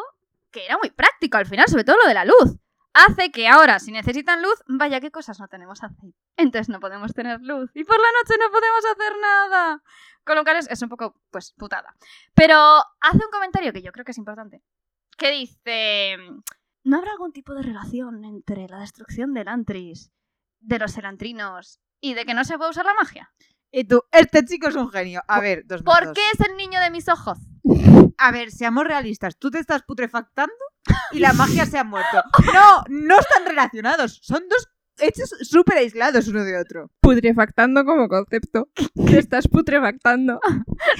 que era muy práctico al final, sobre todo lo de la luz, hace que ahora, si necesitan luz, vaya qué cosas no tenemos hacer. Entonces no podemos tener luz y por la noche no podemos hacer nada. Con lo cual es, es un poco, pues, putada. Pero hace un comentario que yo creo que es importante. Que dice... ¿No habrá algún tipo de relación entre la destrucción del Antris, de los elantrinos y de que no se puede usar la magia? Y tú, este chico es un genio. A ver, dos más ¿Por dos. qué es el niño de mis ojos? A ver, seamos realistas. Tú te estás putrefactando y <laughs> la magia se ha muerto. No, no están relacionados. Son dos hechos súper aislados uno de otro. Putrefactando como concepto. Te estás putrefactando. <laughs>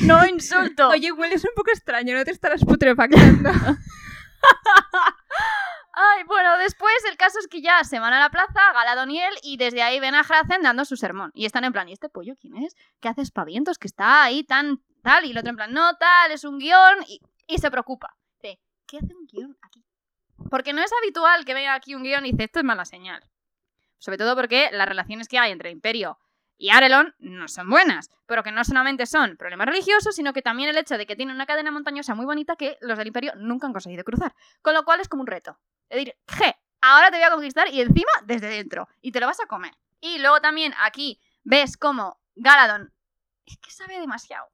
No <laughs> insulto. <laughs> Oye, hueles un poco extraño, no te estarás <laughs> putrefactando. Ay, bueno, después el caso es que ya se van a la plaza, Gala Doniel, y desde ahí ven a Hrazen dando su sermón. Y están en plan, ¿y este pollo quién es? ¿Qué hace espavientos? Que está ahí tan tal. Y el otro en plan, no, tal, es un guión. Y, y se preocupa. Dice, ¿qué hace un guión aquí? Porque no es habitual que venga aquí un guión y dice, esto es mala señal. Sobre todo porque las relaciones que hay entre Imperio y Arelon no son buenas. Pero que no solamente son problemas religiosos, sino que también el hecho de que tiene una cadena montañosa muy bonita que los del Imperio nunca han conseguido cruzar. Con lo cual es como un reto. Es decir, je, ahora te voy a conquistar y encima desde dentro. Y te lo vas a comer. Y luego también aquí ves como Galadon es que sabe demasiado.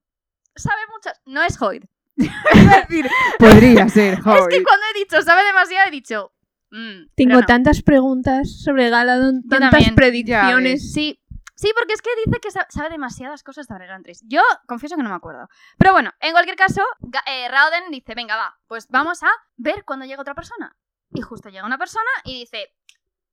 Sabe muchas. No es Hoyd. Iba a <laughs> decir, podría ser, Es que Hobbit. cuando he dicho sabe demasiado he dicho. "Mm, Tengo pero no". tantas preguntas sobre Galadon, Yo tantas también. predicciones. Sí. Sí, porque es que dice que sa- sabe demasiadas cosas de Elantris. Yo confieso que no me acuerdo. Pero bueno, en cualquier caso, Ga- eh, Raoden dice, venga, va, pues vamos a ver cuando llega otra persona. Y justo llega una persona y dice,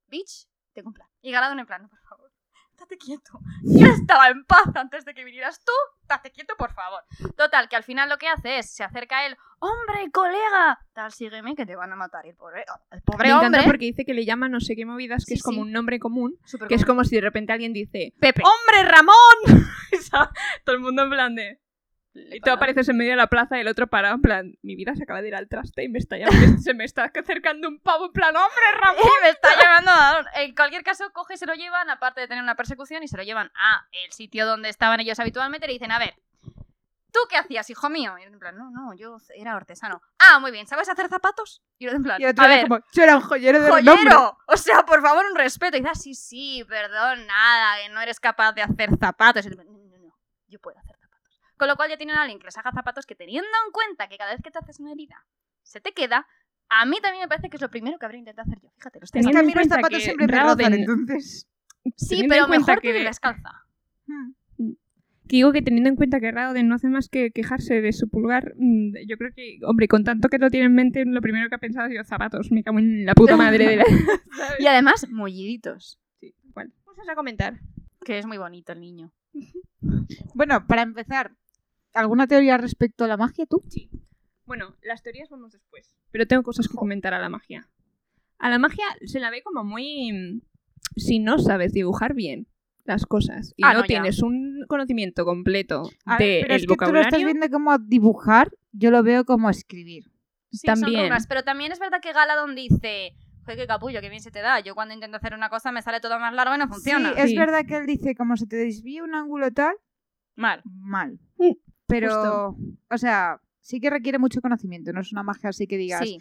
bitch, te un plan. Y Galadon en plan, por favor, date quieto. Yo estaba en paz antes de que vinieras tú, date quieto, por favor. Total, que al final lo que hace es, se acerca a él, hombre, colega, tal, sígueme que te van a matar. Y el pobre, el Me pobre encanta hombre, porque dice que le llama no sé qué movidas, Sí, que es como sí. un nombre común, súper que es común. como si de repente alguien dice Pepe. ¡Hombre, Ramón! O sea, <laughs> Todo el mundo en plan de... Y tú apareces en medio de la plaza y el otro parado en plan, mi vida se acaba de ir al traste y me está llamando- <laughs> se me está acercando un pavo en plan, ¡hombre, <laughs> Ramón! me está llamando Adón. En cualquier caso, coge y se lo llevan, aparte de tener una persecución, y se lo llevan a el sitio donde estaban ellos habitualmente. Le dicen, a ver, ¿tú qué hacías, hijo mío? Y él en plan, no, no, yo era artesano. Ah, muy bien, ¿sabes hacer zapatos? Y él en plan, Y otro a era ver, como, yo era un joyero de renombre. joyero, o sea, por favor, un respeto. Y dice, "Ah, sí, sí, perdón, nada, que no eres capaz de hacer zapatos. Y él, no, no, no, yo puedo hacer zapatos. Con lo cual ya tienen a alguien que les haga zapatos que teniendo en cuenta que cada vez que te haces una herida se te queda, a mí también me parece que es lo primero que habría intentado hacer yo. Fíjate, los Es Teniendo que a mí los en cuenta zapatos que siempre me Raoden- rozan, entonces. hmm. Sí, Teniendo pero en cuenta mejor que, que- ir descalza. Que digo que teniendo en cuenta que Raoden no hace más que quejarse de su pulgar, mm, yo creo que, hombre, con tanto que lo tiene en mente, lo primero que ha pensado ha sido zapatos. Me cago en la <laughs> puta madre de la... ¿sabes? Y además, molliditos. Sí, bueno, vamos a comentar. Que es muy bonito el niño. Bueno, para empezar, ¿alguna teoría respecto a la magia tú? Sí. Bueno, las teorías vamos después. Pero tengo cosas que comentar a la magia. A la magia se la ve como muy... mm, Si no sabes dibujar bien, las cosas y Ah, no, no, ya. tienes un conocimiento completo A ver, del pero es que tú lo vocabulario, estás viendo como dibujar, yo lo veo como escribir. Sí, son También. runas, pero también es verdad que Galadón dice, joder, qué capullo, qué bien se te da. Yo cuando intento hacer una cosa me sale todo más largo y no funciona. Sí, es Sí. verdad que él dice como se te desvía un ángulo tal, Mal. mal. Mm, Pero, o sea, sí que requiere mucho conocimiento, no es una magia así que digas. <laughs> Sí.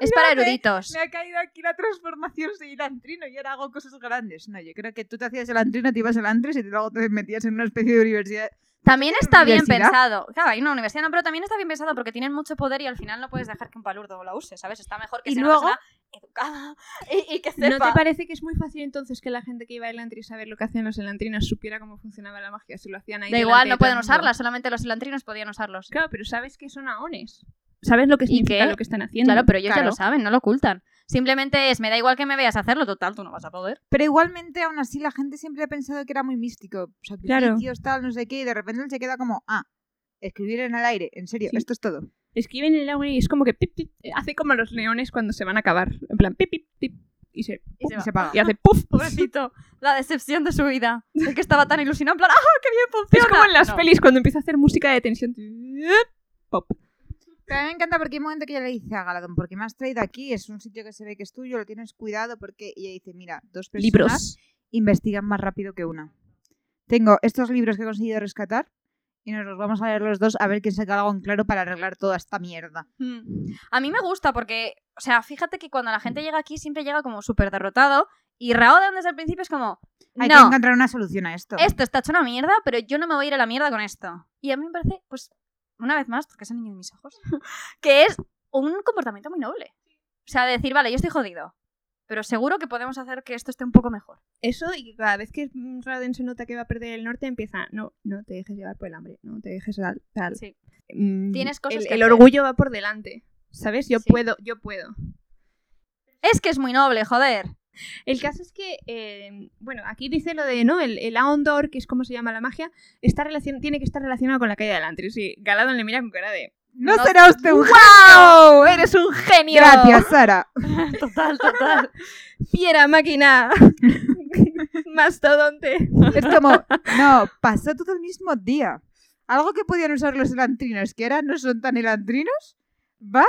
es para mírate, eruditos. Me ha caído aquí la transformación, soy el antrino y ahora hago cosas grandes. No, yo creo que tú te hacías el antrino, te ibas al antres y te- luego te metías en una especie de universidad. También está bien ¿Universidad? pensado. Claro, hay una universidad, no, pero también está bien pensado porque tienen mucho poder y al final no puedes dejar que un palurdo la use, ¿sabes? Está mejor que Y sea luego- una persona educada <laughs> y, y que sepa. ¿No te parece que es muy fácil entonces que la gente que iba a Elantri saber lo que hacían los Elantrinos supiera cómo funcionaba la magia si lo hacían ahí? da delante igual, de no todo pueden el mundo? usarlas, solamente los elantrinos podían usarlos. Claro, pero sabes que son aones. Sabes lo que significa qué? lo que están haciendo. Claro, pero ellos ya Claro. lo saben, no lo ocultan. Simplemente es, me da igual que me veas hacerlo, total, tú no vas a poder. Pero igualmente, aún así, la gente siempre ha pensado que era muy místico. Sacrificios, tal, no sé qué, y de repente él se queda como, ah, escribir en el aire, en serio, Sí. esto es todo. Escriben el agua y es como que pip, pip, hace como los leones cuando se van a acabar. En plan, pip, pip, pip, y se, Y se Y va. se apaga. y <laughs> hace puff. Pobrecito, la decepción de su <laughs> vida. El que estaba tan ilusionado, en plan, ¡ah, qué bien Es funciona! como en las No. pelis cuando empieza a hacer música de tensión. Pop. Pero a mí me encanta porque hay un momento que ella le dice a Galadón, porque me has traído aquí, es un sitio que se ve que es tuyo, lo tienes cuidado, porque y ella dice, mira, dos personas Libros. investigan más rápido que una. Tengo estos libros que he conseguido rescatar y nos los vamos a leer los dos a ver quién saca algo en claro para arreglar toda esta mierda. Mm. A mí me gusta porque, o sea, fíjate que cuando la gente llega aquí siempre llega como súper derrotado y Raodan desde el principio es como, Hay que no, encontrar una solución a esto. esto está hecho una mierda, pero yo no me voy a ir a la mierda con esto. Y a mí me parece, pues, una vez más, porque es el niño de mis ojos, que es un comportamiento muy noble. O sea, decir, vale, yo estoy jodido, pero seguro que podemos hacer que esto esté un poco mejor. Eso, y cada vez que mm, Raden se nota que va a perder el norte, empieza, no, no te dejes llevar por el hambre, no te dejes tal, tal. Sí. Mm, Tienes cosas el, que el hacer. orgullo va por delante, ¿sabes? Yo Sí. puedo, yo puedo. Es que es muy noble, joder. El caso es que, eh, bueno, aquí dice lo de, ¿no? El, el Aondor, que es como se llama la magia, está relacion- tiene que estar relacionado con la caída del Antris. Y Galadón le mira con cara de... ¡No, no- será usted un ¡Wow! ¡Eres un genio! Gracias, <laughs> Sara. Total, total. ¡Fiera máquina! <laughs> ¡Mastodonte! Es como, no, pasó todo el mismo día. Algo que podían usar los elantrinos, que ahora no son tan elantrinos, van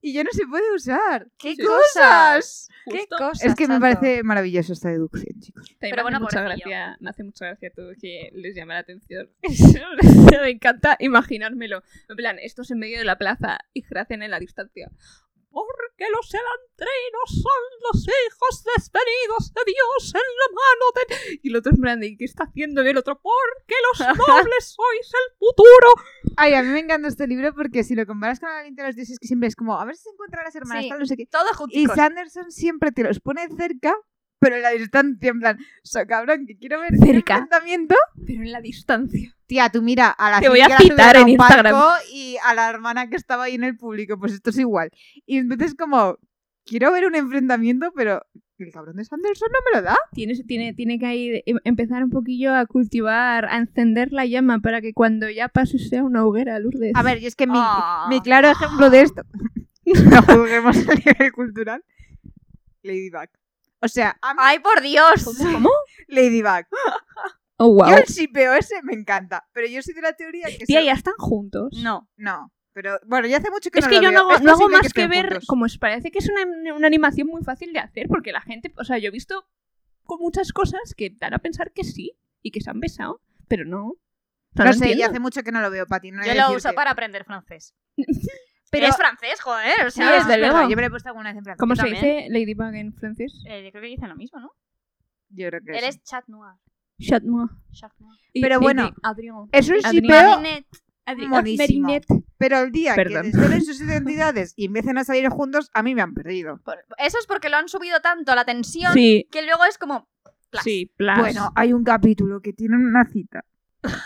y ya no se puede usar. <laughs> ¡Qué Sí. cosas! ¡Qué Justo. cosas! Es que me chato. parece maravillosa esta deducción, chicos. También Pero me hace bueno, mucha pobrecillo. gracia- me hace mucha gracia todo que les llama la <laughs> atención. me encanta imaginármelo. En plan, esto es en medio de la plaza y gracian en la distancia. Porque los elantrinos son los hijos despedidos de Dios en la mano de... Y el otro es en plan, de, "¿Y qué está haciendo? Y el otro, porque <laughs> los nobles sois el futuro. Ay, a mí me encanta este libro porque si lo comparas con la lente de los dioses, que siempre es como, a ver si se encuentran las hermanas, Sí. tal, no sé qué. Todo Y juntico. Sanderson siempre te los pone cerca, pero en la distancia, en plan, so cabrón, que quiero ver el Cerca. enfrentamiento. Pero en la distancia. Tía, tú mira a la Te voy Cintia la a subieron citar a en un Instagram. barco y a la hermana que estaba ahí en el público, pues esto es igual. Y entonces como, quiero ver un enfrentamiento, pero el cabrón de Sanderson no me lo da. Tiene, tiene, tiene que ahí em- empezar un poquillo a cultivar, a encender la llama para que cuando ya pase sea una hoguera, Lourdes. A ver, y es que mi, Ah. mi claro ejemplo de <laughs> esto, <laughs> no juzguemos a nivel cultural, Ladybug. O sea, a mí ¡Ay, por Dios! Ladybug. Oh, wow. Yo el shipeo ese me encanta, pero yo soy de la teoría que... Tía, se- ya están juntos. No. No, pero bueno, ya hace mucho que Es no que lo yo veo. no hago, Es no hago posible más que, estén ver, juntos. como es, parece que es una, una animación muy fácil de hacer, porque la gente, o sea, yo he visto con muchas cosas que dan a pensar que sí y que se han besado, pero no. O sea, No, sé, ya entiendo. hace mucho que no lo veo, Pati. No he Yo de lo decirte. uso para aprender francés. Pero- Pero es francés, joder. O Sí, sea, desde es verdad, luego. Yo me lo he puesto alguna vez en plan. ¿Cómo yo se también. dice Ladybug en francés? Eh, yo creo que dicen lo mismo, ¿no? Yo creo que Él sí. es chat noir. Chat moi. Chat noir. Y- Pero y- bueno, y- Adrián. Es un Adrián. shipeo Marinette. Adrián. monísimo. Marinette. pero el día Perdón. que desvelen <laughs> sus identidades y empiecen a salir juntos, a mí me han perdido. Por- Eso es porque lo han subido tanto a la tensión Sí, que luego es como. Plas. sí, plas. Bueno, hay un capítulo que tiene una cita. <laughs> Sofía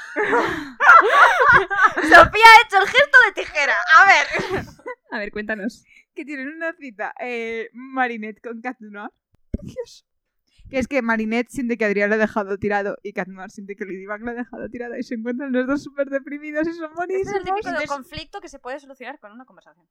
ha hecho el gesto de tijera. A ver. A ver, cuéntanos. Que tienen una cita eh, Marinette con Cat Noir. Precioso. Que es que Marinette siente que Adrián lo ha dejado tirado y Cat Noir siente que Ladybug lo ha dejado tirado y se encuentran los dos súper deprimidos y Ese son es buenísimos. el típico de Entonces, conflicto que se puede solucionar con una conversación.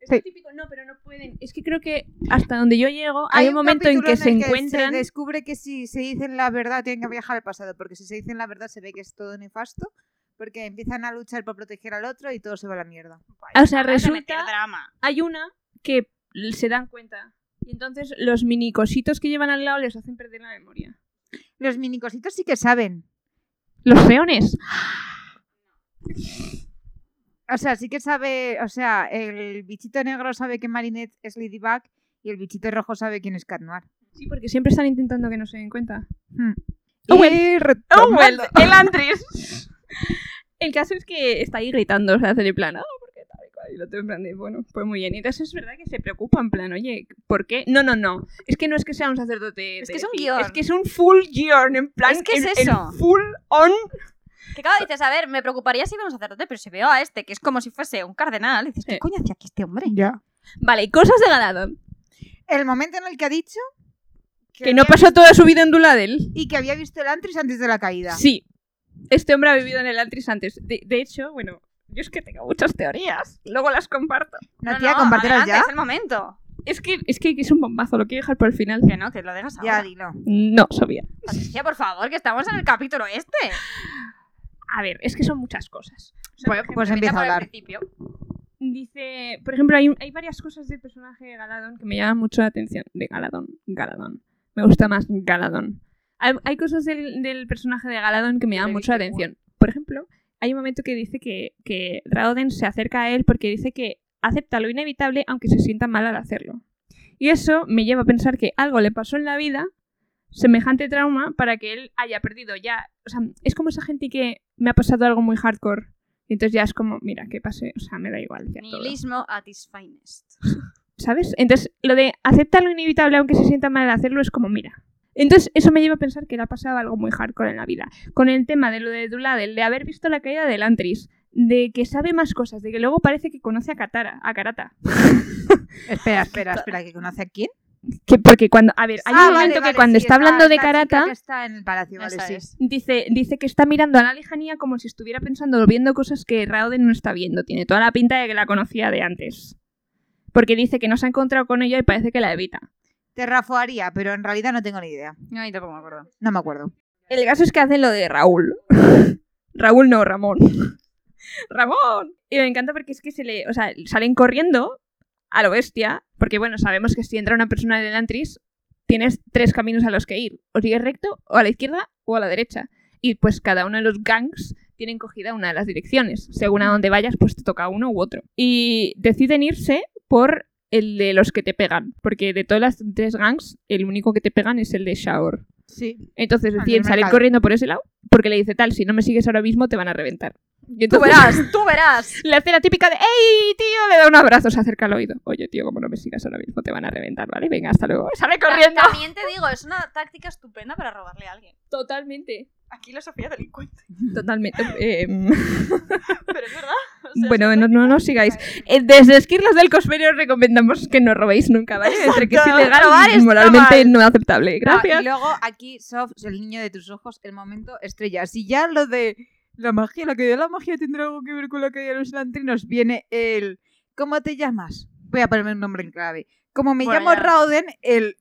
Es Sí. lo típico, no, pero no pueden. Es que creo que hasta donde yo llego hay, un momento en capítulo que se el encuentran. Se descubre que si se dicen la verdad tienen que viajar al pasado, porque si se dicen la verdad se ve que es todo nefasto, porque empiezan a luchar por proteger al otro y todo se va a la mierda. O sea, Ahora de meter resulta- drama. Hay una que l- se dan cuenta. Y entonces los mini cositos que llevan al lado les hacen perder la memoria. Los minicositos sí que saben. Los feones. O sea, sí que sabe, o sea, el bichito negro sabe que Marinette es Ladybug y el bichito rojo sabe quién es Cat Noir. Sí, porque siempre están intentando que no se den cuenta. Hmm. Owen. Y ¡Oh, retomando- well, el Andrés. <laughs> El caso es que está ahí gritando, o sea, hace en plan, ah, ¿por qué tal y cual? Y lo tengo en plan de, bueno, pues muy bien. Y entonces es verdad que se preocupa, en plan, oye, ¿por qué? No, no, no. Es que no es que sea un sacerdote. Es de que es un Pi, guión. Es que es un full guión, en plan. Es que es el- el eso. full on. Que claro, dices, a ver, me preocuparía si veo un sacerdote, pero si veo a este, que es como si fuese un cardenal, dices, ¿qué Sí. coño hacía aquí este hombre? Ya. Vale, y cosas de Galadón. El momento en el que ha dicho Que no había- pasó toda su vida en Duladel. y que había visto el Antris antes de la caída. Sí. Este hombre ha vivido en el Antris antes. De, de hecho, bueno, yo es que tengo muchas teorías. Luego las comparto. No, tía, compártelas adelante, ya. Es el momento. Es que, es que es un bombazo, lo quiero dejar por el final. Que no, que lo dejas Ya, ahora. dilo. No, sabía. Patricia, por favor, que estamos en el capítulo este. <laughs> A ver, es que son muchas cosas. O sea, Pues, por pues Empieza empieza a por el hablar. principio. Dice, por ejemplo, hay, hay varias cosas del personaje de Galadón que me llaman mucho la atención. De Galadón, Galadón. Me gusta más Galadón. Hay, hay cosas del, del personaje de Galadón que me llaman Le mucho la dice, atención. Por ejemplo, hay un momento que dice que, que Raoden se acerca a él porque dice que acepta lo inevitable aunque se sienta mal al hacerlo. Y eso me lleva a pensar que algo le pasó en la vida semejante trauma para que él haya perdido ya. O sea, es como esa gente que me ha pasado algo muy hardcore. Y entonces ya es como, mira, que pase, o sea, me da igual. ya todo. Nihilismo at its finest. ¿Sabes? Entonces, lo de aceptar lo inevitable aunque se sienta mal al hacerlo es como, mira. Entonces, eso me lleva a pensar que le ha pasado algo muy hardcore en la vida. Con el tema de lo de Duladel, de haber visto la caída del Antris, de que sabe más cosas, de que luego parece que conoce a Katara, a Karata. Espera, espera, espera, que conoce a quién. Que porque cuando, a ver, hay Ah, un vale, momento vale, que cuando sí, está, hablando esta de chica Karata, que está en el palacio, vale, Esa sí. es. Dice, dice que está mirando a la lejanía como si estuviera pensando o viendo cosas que Raoden no está viendo. Tiene toda la pinta de que la conocía de antes. Porque dice que no se ha encontrado con ella y parece que la evita. Terrafoaría, pero en realidad no tengo ni idea. No, y tampoco me acuerdo. No me acuerdo. El caso es que hace lo de Raúl. Raúl no, Ramón. <laughs> ¡Ramón! Y me encanta porque es que se le. O sea, salen corriendo a lo bestia. Porque bueno, sabemos que si entra una persona en el antris, tienes tres caminos a los que ir. O sigues recto, o a la izquierda, o a la derecha. Y pues cada uno de los gangs tienen cogida una de las direcciones. Según a donde vayas, pues te toca uno u otro. Y deciden irse por el de los que te pegan. Porque de todas las tres gangs, el único que te pegan es el de Shaor. Sí. Entonces Al deciden del salir mercado. corriendo por ese lado porque le dice tal, si no me sigues ahora mismo te van a reventar. Y Tú entonces verás, tú <laughs> verás. le hace la típica de ¡Ey, tío! Le da un abrazo, se acerca al oído. Oye, tío, como no me sigas ahora mismo te van a reventar, ¿vale? Venga, hasta luego. Sale corriendo. También te digo, es una táctica estupenda para robarle a alguien. <laughs> Totalmente. Aquí la Sofía delincuente. <laughs> Totalmente. eh, Pero es verdad. O sea, bueno, es una no, no nos táctica- sigáis. Eh, Desde Esquirlas del Cosmere os recomendamos que no robéis nunca, ¿vale? Entre que es Exacto. ilegal Robar y está moralmente mal. no aceptable. Ah, Gracias. y luego aquí, Sof, el niño de tus ojos, el momento estrella. Si ya lo de la magia, la caída de la magia tendrá algo que ver con la caída de los lantrinos, viene el. ¿Cómo te llamas? Voy a ponerme un nombre en clave. Como me Bueno, llamo ya. Rauden, el.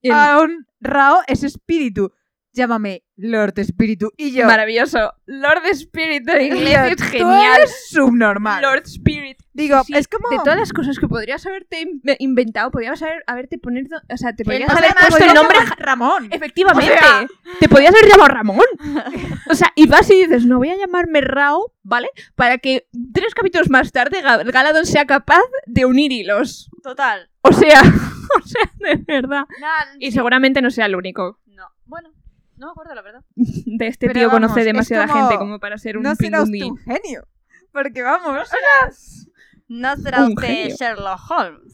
El- Aon Rao es espíritu. Llámame Lord Espíritu. Y yo. Maravilloso. Lord Spirit en y inglés yo, es "Tú genial. eres subnormal. Lord Spirit. Digo, Sí, es como. de todas las cosas que podrías haberte in- inventado, podrías haber, haberte ponido, o sea, te podrías O sea, haber como puesto el yo nombre llamo Ramón. efectivamente. O sea- te podías haber llamado Ramón. O sea, y vas y dices, "No voy a llamarme Rao", ¿vale? Para que tres capítulos más tarde Ga- Galadón sea capaz de unir hilos. Total. O sea, <laughs> o sea, de verdad. Nada, Y seguramente no sea el único. No. Bueno, no me acuerdo, la verdad. De este Pero tío vamos, conoce es demasiada como- gente como para ser un No serás pingüín. tu genio. Porque vamos. No será Un usted genio. Sherlock Holmes.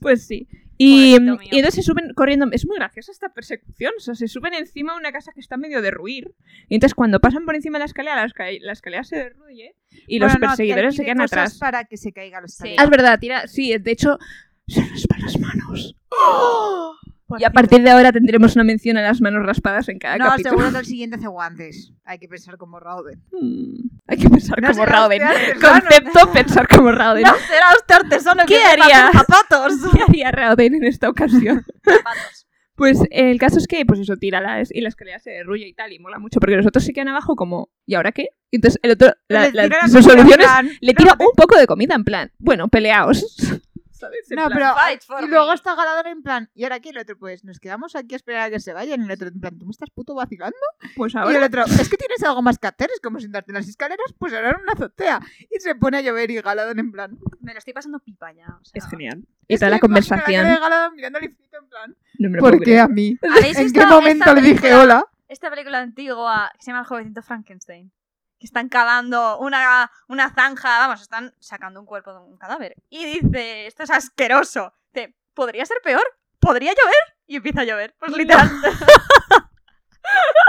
Pues sí. Y, Pobrecito mío. y entonces se suben corriendo. Es muy graciosa esta persecución. O sea, se suben encima de una casa que está medio derruir. Y entonces cuando pasan por encima de la escalera, la, esca- la escalera se derruye y los Bueno, no, perseguidores él se pide quedan cosas atrás. Para que se caiga la Sí. escalera. Ah, es verdad, tira. Sí, de hecho, se nos van las manos. Por Pues Y a cierto. partir de ahora tendremos una mención a las manos raspadas en cada No, eh, capítulo. seguro que el siguiente hace guantes. Hay que pensar como Rauden. <laughs> Mm, Hay que pensar No como será Rauden. <laughs> usted artesano. Concepto, pensar como Rauden. será usted artesano ¿Qué sepa hacer haría? zapatos. <laughs> ¿Qué haría Rauden en esta <laughs> ocasión? Zapatos. Pues eh, el caso es que, pues eso, tira la, y la escalera se derruye y tal, y mola mucho, porque los otros se quedan abajo como, ¿y ahora qué? Y entonces el otro, la, Les la- tira la su comida, en solución es, plan, le tira un poco de comida, en plan, bueno, peleaos. <laughs> ¿Sabes? En No, plan, pero. "Fight for Y luego me". está Galador en plan. ¿Y ahora qué? El otro, pues nos quedamos aquí a esperar a que se vayan. Y el otro, en plan, ¿tú me estás puto vacilando? Pues Y el ahora... otro, ¿es que tienes algo más que hacer? Es como sentarte en las escaleras, pues ahora en una azotea. Y se pone a llover y Galador en plan. Me lo estoy pasando pipa ya. o sea. Es genial. Y Es que toda la me imagino cara conversación... de Galador mirando al infinito en plan. No me lo ¿Por puedo qué creer. a mí? ¿Habéis ¿En visto qué esta momento le dije película- hola? Esta película antigua que se llama El jovencito Frankenstein. Que están cavando una, una zanja, vamos, están sacando un cuerpo de un cadáver. Y dice, esto es asqueroso. Dice, ¿podría ser peor? ¿Podría llover? Y empieza a llover. Pues literal. <laughs>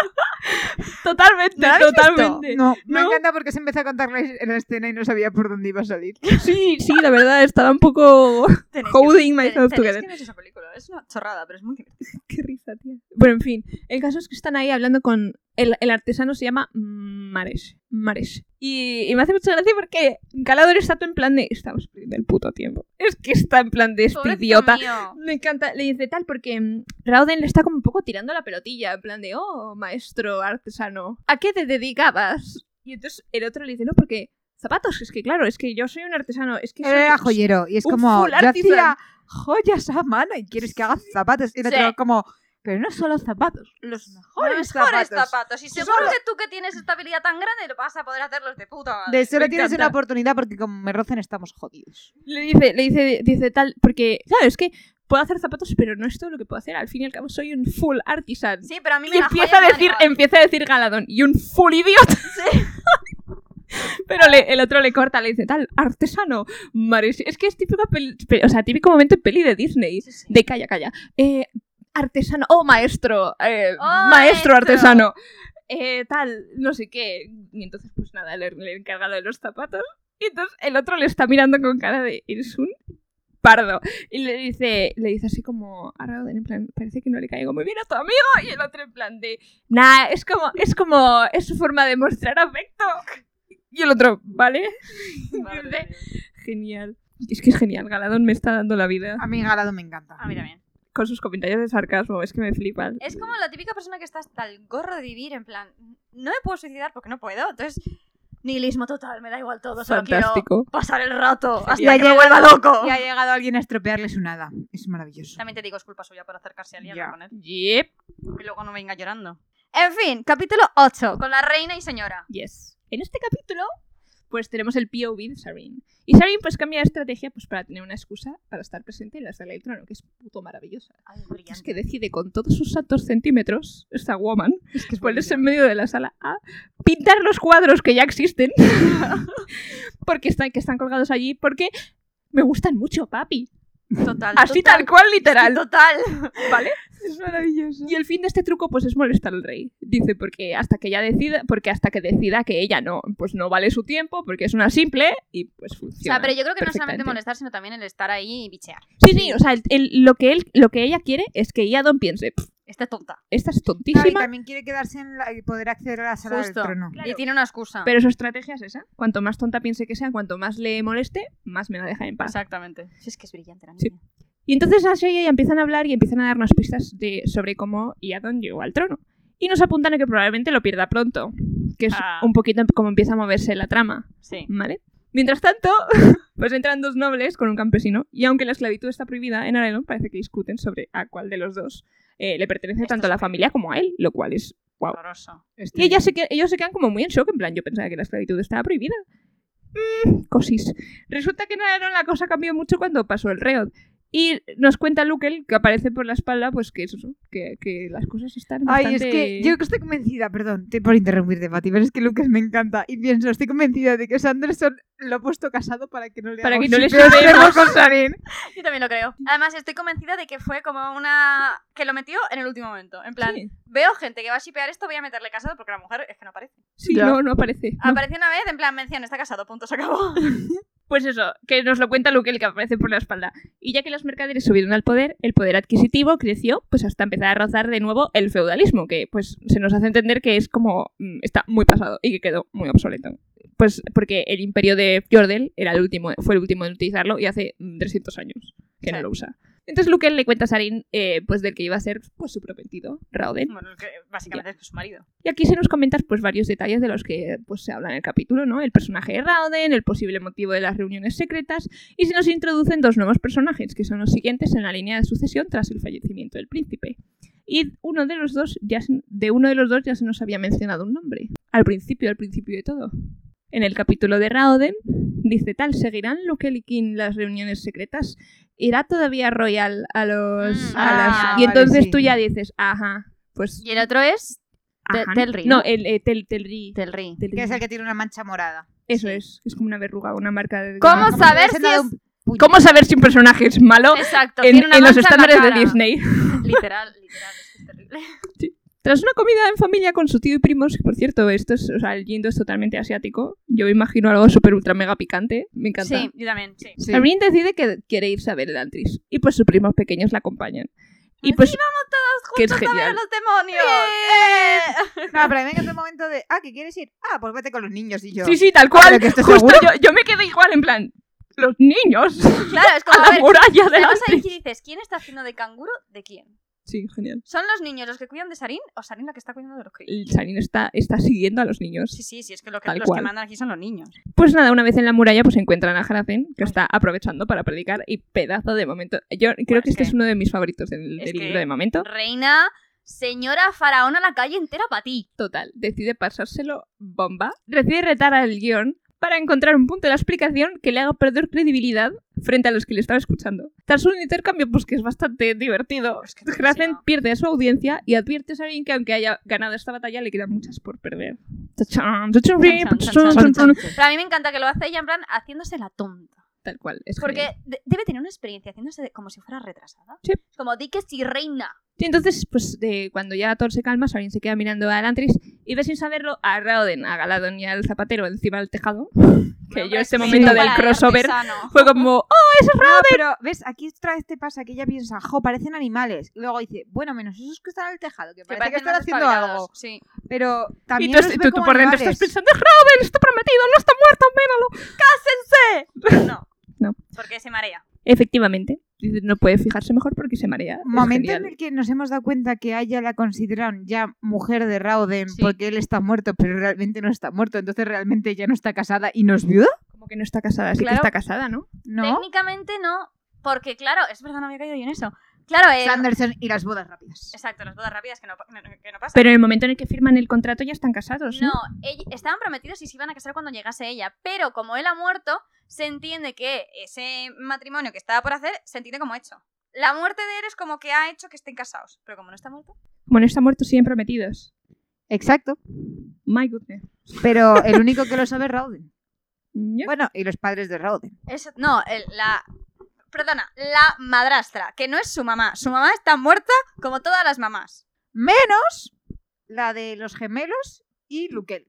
Totalmente, ¿No lo habéis totalmente. No, me No. encanta porque se empezó a contar la, la escena y no sabía por dónde iba a salir. Sí, sí, la verdad, estaba un poco... <laughs> Tenéis que- Holding myself tenéis que together. ver esa película. Es una chorrada, pero es muy divertida. Qué risa, tío. Bueno, en fin. El caso es que están ahí hablando con. El, el artesano se llama Mares. Mares. Y, y me hace mucha gracia porque Galador está todo en plan de. Estamos perdiendo el puto tiempo. Es que está en plan de este Pobrecito idiota. mío. Me encanta. Le dice tal porque mm, Rauden le está como un poco tirando la pelotilla. En plan de, oh, maestro artesano, ¿a qué te dedicabas? Y entonces el otro le dice, no, porque zapatos. Es que claro, es que yo soy un artesano. Es que Él era soy- Eh, joyero y es un como full yo artisan". hacía joyas a mano y quieres que haga zapatos y el otro Sí. como pero no solo zapatos los mejores, Los mejores zapatos. zapatos. Y seguro Solo- que tú que tienes esta habilidad tan grande lo vas a poder hacerlos de puta madre. de solo Me tienes encanta. una oportunidad porque como me rocen estamos jodidos Le dice, le dice, dice tal, porque, claro, es que puedo hacer zapatos, pero no es todo lo que puedo hacer. Al fin y al cabo soy un full artisan. Sí, pero a mí me y la empieza a joya me la decir, negaba. empieza a decir Galadón, y un full idiota. <laughs> pero le- el otro le corta, le dice tal, artesano. Mares. Es que es típico, pel- pe- o sea, típico momento en peli de Disney. Sí, sí. De calla, calla. Eh, artesano, oh maestro, eh, Oh, maestro maestro. artesano. Eh, tal, no sé qué. Y entonces, pues nada, le, le encarga lo de los zapatos. Y entonces el otro le está mirando con cara de eres un pardo. Y le dice, le dice así como a Rauden, en plan, parece que no le caigo muy bien a tu amigo. Y el otro en plan de, nah, es como, es como, es su forma de mostrar afecto. Y el otro, vale. Madre Dice, mía. Genial. Es que es genial, Galadón me está dando la vida a mí Galado me encanta A mí también. con sus comentarios de sarcasmo, es que me flipan. Es como la típica persona que está hasta el gorro de vivir, en plan, no me puedo suicidar porque no puedo. Entonces, nihilismo total, me da igual todo, solo quiero Fantástico. pasar el rato hasta Ya que me llega- vuelva loco. y ha llegado alguien a estropearle su nada es maravilloso También te digo, es culpa suya por acercarse a liarla Ya. con él. Yep. Que luego no venga llorando. En fin, capítulo 8, con la reina y señora. Yes. En este capítulo, pues tenemos el POV de Sarin. Y Sarin pues cambia de estrategia pues para tener una excusa para estar presente en la sala del trono, que es puto maravillosa. Ay, Es brillante. que decide con todos sus santos centímetros, esta woman, es que es ponerse en buenísimo. medio de la sala a pintar los cuadros que ya existen. <laughs> porque están, que están colgados allí, porque me gustan mucho, papi. Total. Así total. tal cual, literal. Total. ¿Vale? es maravilloso Y el fin de este truco pues es molestar al rey. Dice porque hasta que ella decida, porque hasta que decida que ella no, pues no vale su tiempo porque es una simple y pues O sea, funciona. pero yo creo que no solamente perfectamente. molestar, sino también el estar ahí y bichear. Sí, sí, o sea, el- el- lo que él lo que ella quiere es que Iadon piense, "Pff, Está tonta. esta es Claro, y tontísima, también quiere quedarse en la, y poder acceder a la sala Justo. del trono Y tiene una excusa. pero su estrategia es esa. Cuanto más tonta piense que sea, cuanto más le moleste, más me la deja en paz. Exactamente. Si es que es brillante la Sí. niña. Y entonces Asha y ella empiezan a hablar y empiezan a dar unas pistas de, sobre cómo Iadon llegó al trono. Y nos apuntan a que probablemente lo pierda pronto, que es Ah. un poquito como empieza a moverse la trama. Sí. ¿Vale? Mientras tanto, <laughs> pues entran dos nobles con un campesino y aunque la esclavitud está prohibida en Arelon, parece que discuten sobre a cuál de los dos eh, le pertenece Esto tanto a la familia como a él, lo cual es... Guau. Horroroso. Estoy Y ellas se que- ellos se quedan como muy en shock, en plan, yo pensaba que la esclavitud estaba prohibida. Mm, cosis. Resulta que en Arelon la cosa cambió mucho cuando pasó el reod. Y nos cuenta Lukel, que aparece por la espalda, pues que, eso, que, que las cosas están Ay, es bastante- que yo estoy convencida, perdón, te por interrumpirte, Pati, pero es que Lucas me encanta. Y pienso, estoy convencida de que Sanderson lo ha puesto casado para que no le Para haga que un no le psicoextremo chutemos. con Sarin. Yo también lo creo. Además, estoy convencida de que fue como una. que lo metió en el último momento. En plan, Sí, veo gente que va a shipear esto, voy a meterle casado porque la mujer es que no aparece. sí, Ya. no, no aparece. no. <laughs> Apareció una vez, en plan, mención, está casado, punto, se acabó. Pues eso, que nos lo cuenta Luke, el que aparece por la espalda. Y ya que los mercaderes subieron al poder, el poder adquisitivo creció pues hasta empezar a rozar de nuevo el feudalismo, que pues se nos hace entender que es como mm, está muy pasado y que quedó muy obsoleto. Pues porque el imperio de Jordel era el último, fue el último en utilizarlo y hace mm, 300 años que no Sí. lo usa. Entonces Luke le cuenta a Sarin eh, pues del que iba a ser pues su prometido, Raoden. Bueno, que básicamente es su marido. Y aquí se nos comentas pues varios detalles de los que pues, se habla en el capítulo, ¿no? El personaje de Rauden, el posible motivo de las reuniones secretas, y se nos introducen dos nuevos personajes, que son los siguientes en la línea de sucesión tras el fallecimiento del príncipe. Y uno de los dos ya se- de uno de los dos ya se nos había mencionado un nombre. Al principio, al principio de todo. En el capítulo de Raoden dice tal, ¿seguirán Luke y King las reuniones secretas? ¿Irá todavía Royal a los... Mm, a las-" ah, y vale, entonces sí. tú ya dices, ajá, pues... Y el otro es Te- Ajá. Telri, No, ¿no? el eh, tel, Telri. Telri. Telri. Que es el que tiene una mancha <laughs> morada. Eso es. Es como una verruga, una marca de. ¿Cómo Como- saber se si le ha dado es- un puño. ¿Cómo saber si un personaje es malo Exacto. en, tiene una en los mancha en la estándares de cara. <laughs> Disney? Literal, literal, es que es terrible. <laughs> Tras una comida en familia con su tío y primos, que, por cierto, esto es, o sea, el yendo es totalmente asiático. Yo me imagino algo súper ultra mega picante. Me encanta. Sí, yo también, sí. Sí. Sabrin decide que quiere irse a ver el Antris. Y pues sus primos pequeños la acompañan. Y pues. que es ¡Juntos a ver genial. a los demonios! ¡Eh! No, pero a mí me encanta el momento de, ah, ¿que quieres ir? Ah, pues vete con los niños y yo. Sí, sí, tal Pero cual. que esto Justo seguro. yo, yo me quedé igual, en plan. Los niños <laughs> Eh, <laughs> Claro, es a como, a la ver, muralla del además ahí Antris. que dices, ¿quién está haciendo de canguro de quién? Sí, genial. ¿Son los niños los que cuidan de Sarin o Sarin la que está cuidando de los críos? El Sarin está, está siguiendo a los niños. Sí, sí, sí, es que, lo que Tal los cual. que mandan aquí son los niños. Pues nada, una vez en la muralla pues encuentran a Harazen, que está aprovechando para predicar y pedazo de momento. Yo creo Bueno, que es que- este es uno de mis favoritos del, es del que- libro de momento. Reina, señora, faraona, la calle entera para ti. Total, decide pasárselo bomba, decide retar al guión para encontrar un punto de la explicación que le haga perder credibilidad frente a los que le estaba escuchando. Tras un intercambio pues que es bastante divertido, Oh, <laughs> Es que es Harazen demasiado. pierde a su audiencia y advierte a Sabine que aunque haya ganado esta batalla le quedan muchas por perder. Tachán, Chan, tachán, chan, tachán, chan, chan, tachán, chan. Pero a mí me encanta que lo hace ella en plan haciéndose la tonta. Tal cual, es genial. Porque de- debe tener una experiencia haciéndose de- como si fuera retrasada. Sí. Como di que sí, reina. Y entonces, pues de- cuando ya todo se calma, Sabine se queda mirando a Elantris y ve sin saberlo a Raoden, a Galadon y al zapatero encima <laughs> del tejado. Que yo este sí, momento sí, del para crossover fue como, ¡oh! No, pero ves, aquí otra vez te pasa que ella piensa, jo, parecen animales. Y luego dice, bueno, menos esos que están en el tejado, que parece que están haciendo algo. Sí. Pero "Oh, Y también tú, los tú- ve tú como por dentro animales. estás pensando, Raoden está prometido, no está muerto, míralo. Pero <laughs> no. No. Porque se marea. Efectivamente, dice, no puede fijarse mejor porque se marea. Es Momento genial. en el que nos hemos dado cuenta que a ella la consideran ya mujer de Rauden Sí. porque él está muerto, pero realmente no está muerto, entonces realmente ya no está casada y no es viuda, Como que no está casada, sí Claro. que está casada, ¿no? ¿no? Técnicamente no. Porque, claro, es verdad, no había caído yo en eso. Claro, eh, Sanderson y las bodas rápidas. Exacto, las bodas rápidas que no, pa- no- no- que no pasan. Pero en el momento en el que firman el contrato ya están casados, ¿no? No, ell- estaban prometidos y se iban a casar cuando llegase ella. Pero como él ha muerto, se entiende que ese matrimonio que estaba por hacer se entiende como hecho. La muerte de él es como que ha hecho que estén casados. Pero como no está muerto. Como no están muertos, siguen prometidos. Exacto. My goodness. Pero el único que lo sabe es Rauden. Ya. Bueno, y los padres de Rauden. Es- no, el- la. Perdona, la madrastra, que no es su mamá. Su mamá está muerta como todas las mamás. Menos la de los gemelos y Luquel,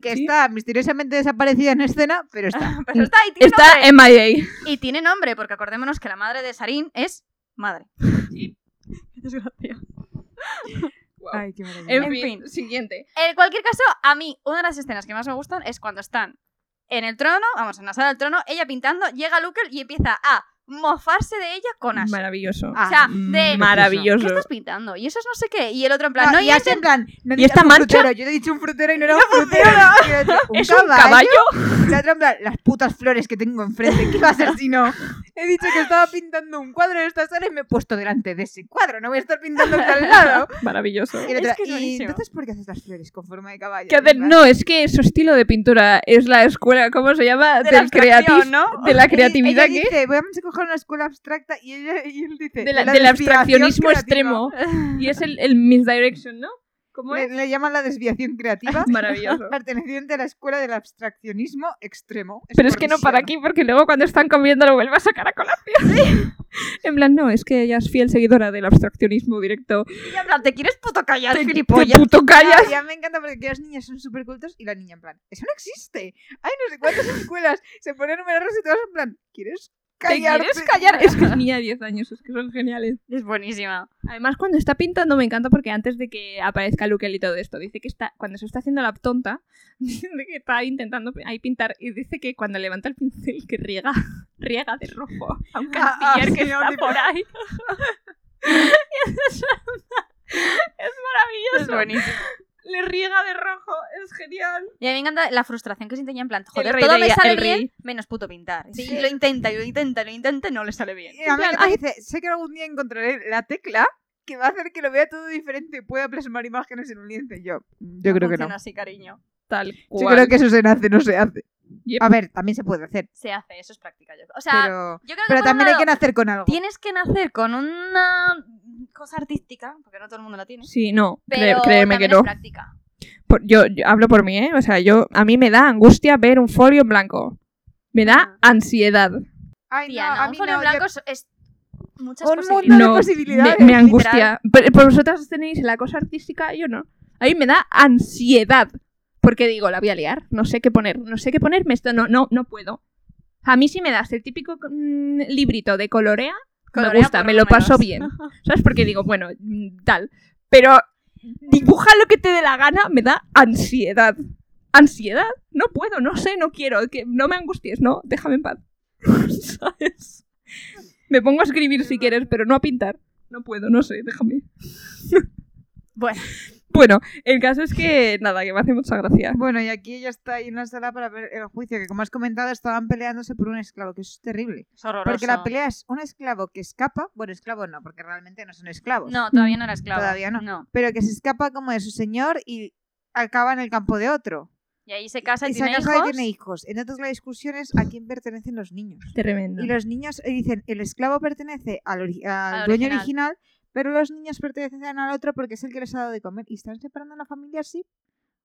que Sí. está misteriosamente desaparecida en escena, pero está. Pero está y tiene Mm, Está nombre. MIA. Y tiene nombre, porque acordémonos que la madre de Sarin es madre. Qué desgracia. Guau. Ay, qué maravilla. En, En fin, fin. siguiente. En cualquier caso, a mí, una de las escenas que más me gustan es cuando están en el trono, vamos, en la sala del trono, ella pintando, llega Luke y empieza a mofarse de ella con Ash. Maravilloso. Mm, o sea, Ah, de- ¿Qué Ah, Maravilloso. estás pintando? Y eso es no sé qué. Y el otro en plan, No, no, y yo hace en plan, no digas esta un mancha? frutero, yo te he dicho un frutero y no era un frutero. <laughs> Quiero decir, ¿Es un caballo? Y la otra en plan, las putas flores que tengo enfrente, ¿qué va a ser si no? He dicho que estaba pintando un cuadro en esta sala y me he puesto delante de ese cuadro, no voy a estar pintando el de al lado. <laughs> Maravilloso. Y, la otra, Es que es "¿Y buenísimo". entonces, ¿por qué haces las flores con forma de caballo? Que Y hacen- en plan, no, es que su estilo de pintura es la escuela, ¿cómo se llama? de la Del abstracción, creative- ¿no? De la Ella- creatividad ella que. dice, vamos a coger una escuela abstracta y, ella- y él dice... de la- "De la del desviación abstraccionismo creativa". extremo. Y es el, el misdirection, ¿no? ¿Cómo Le, es? le llaman la desviación creativa. <laughs> Maravilloso. Perteneciente a la escuela del abstraccionismo extremo. Pero es que no para aquí, porque luego cuando están comiendo lo vuelve a sacar a colación. <laughs> en plan, no, es que ella es fiel seguidora del abstraccionismo directo. Y en plan, ¿te quieres puto callar, Te- gilipollas? te puto callas. Ah, Ya, ya me encanta porque aquí las niñas son súper cultas y la niña en plan, eso no existe. Hay no sé <laughs> cuántas escuelas. Se ponen numerarlos y todas en plan, ¿quieres callarte? ¿Te quieres callar? Es que es niña de 10 años, es que son geniales. Es buenísima. Además, cuando está pintando me encanta porque antes de que aparezca Luquel y todo esto, dice que está, cuando se está haciendo la tonta, <laughs> dice que está intentando ahí pintar y dice que cuando levanta el pincel que riega, <laughs> riega de rojo a un Ah, ah, canciller que sí, a está un- por ahí. <laughs> Y es, es Es maravilloso. buenísima. Le riega de rojo, es genial. Y a mí me encanta la frustración que sentía en plan, joder, rey todo de me ella- sale el rey. bien, menos puto pintar. Y Sí. lo intenta, y lo intenta, y lo intenta, y no le sale bien. Y a mí plan, me dice, sé que algún día encontraré la tecla que va a hacer que lo vea todo diferente y pueda plasmar imágenes en un lienzo. Y yo, "Mm, yo creo que no. Funciona así, cariño. Tal Yo cual. creo que eso se nace, no se hace. Yep. A ver, también se puede hacer, Se hace, eso es práctica. yo- O sea, pero, yo creo que pero por un también hay lado, que nacer con algo. Tienes que nacer con una cosa artística, porque no todo el mundo la tiene. Sí, no, cre- Pero créeme que también no. es práctica. Por- yo, yo hablo por mí, ¿eh? O sea, yo, a mí me da angustia ver un folio en blanco. Me da Ah. ansiedad. Ay, no, Tía, no, a un mí folio no, en yo- blanco es- es muchas Un posibilidades. mundo pues, de No, posibilidades, me, me literal. angustia. Pero, pero vosotras tenéis la cosa artística, yo no. A mí me da ansiedad. Porque digo, la voy a liar. No sé qué poner. No sé qué ponerme esto. No, no, no puedo. A mí sí me das el típico mm, librito de colorea, me Colorea gusta, por me lo paso números. bien. ¿Sabes? Porque digo, bueno, mm, tal. Pero dibuja lo que te dé la gana, me da ansiedad. ¿Ansiedad? No puedo, no sé, no quiero. Que no me angusties, no, déjame en paz. <laughs> ¿Sabes? Me pongo a escribir si quieres, pero no a pintar. No puedo, no sé, déjame. Bueno. Bueno, el caso es que nada, que me hace mucha gracia. <laughs> Bueno, y aquí ella está ahí en la sala para ver el juicio, que como has comentado, estaban peleándose por un esclavo, que eso es terrible. Es horroroso. Porque la pelea es un esclavo que escapa, bueno, esclavo no, porque realmente no son esclavos, No, todavía no era esclava. Todavía no. pero que se escapa como de su señor y acaba en el campo de otro. Y ahí se casa y, y se tiene casa hijos. y tiene hijos. Entonces la discusión es a quién pertenecen los niños. Tremendo. Y los niños eh, dicen, el esclavo pertenece al, ori- al Al dueño original. original, pero los niños pertenecen al otro porque es el que les ha dado de comer. ¿Y están separando a la familia así?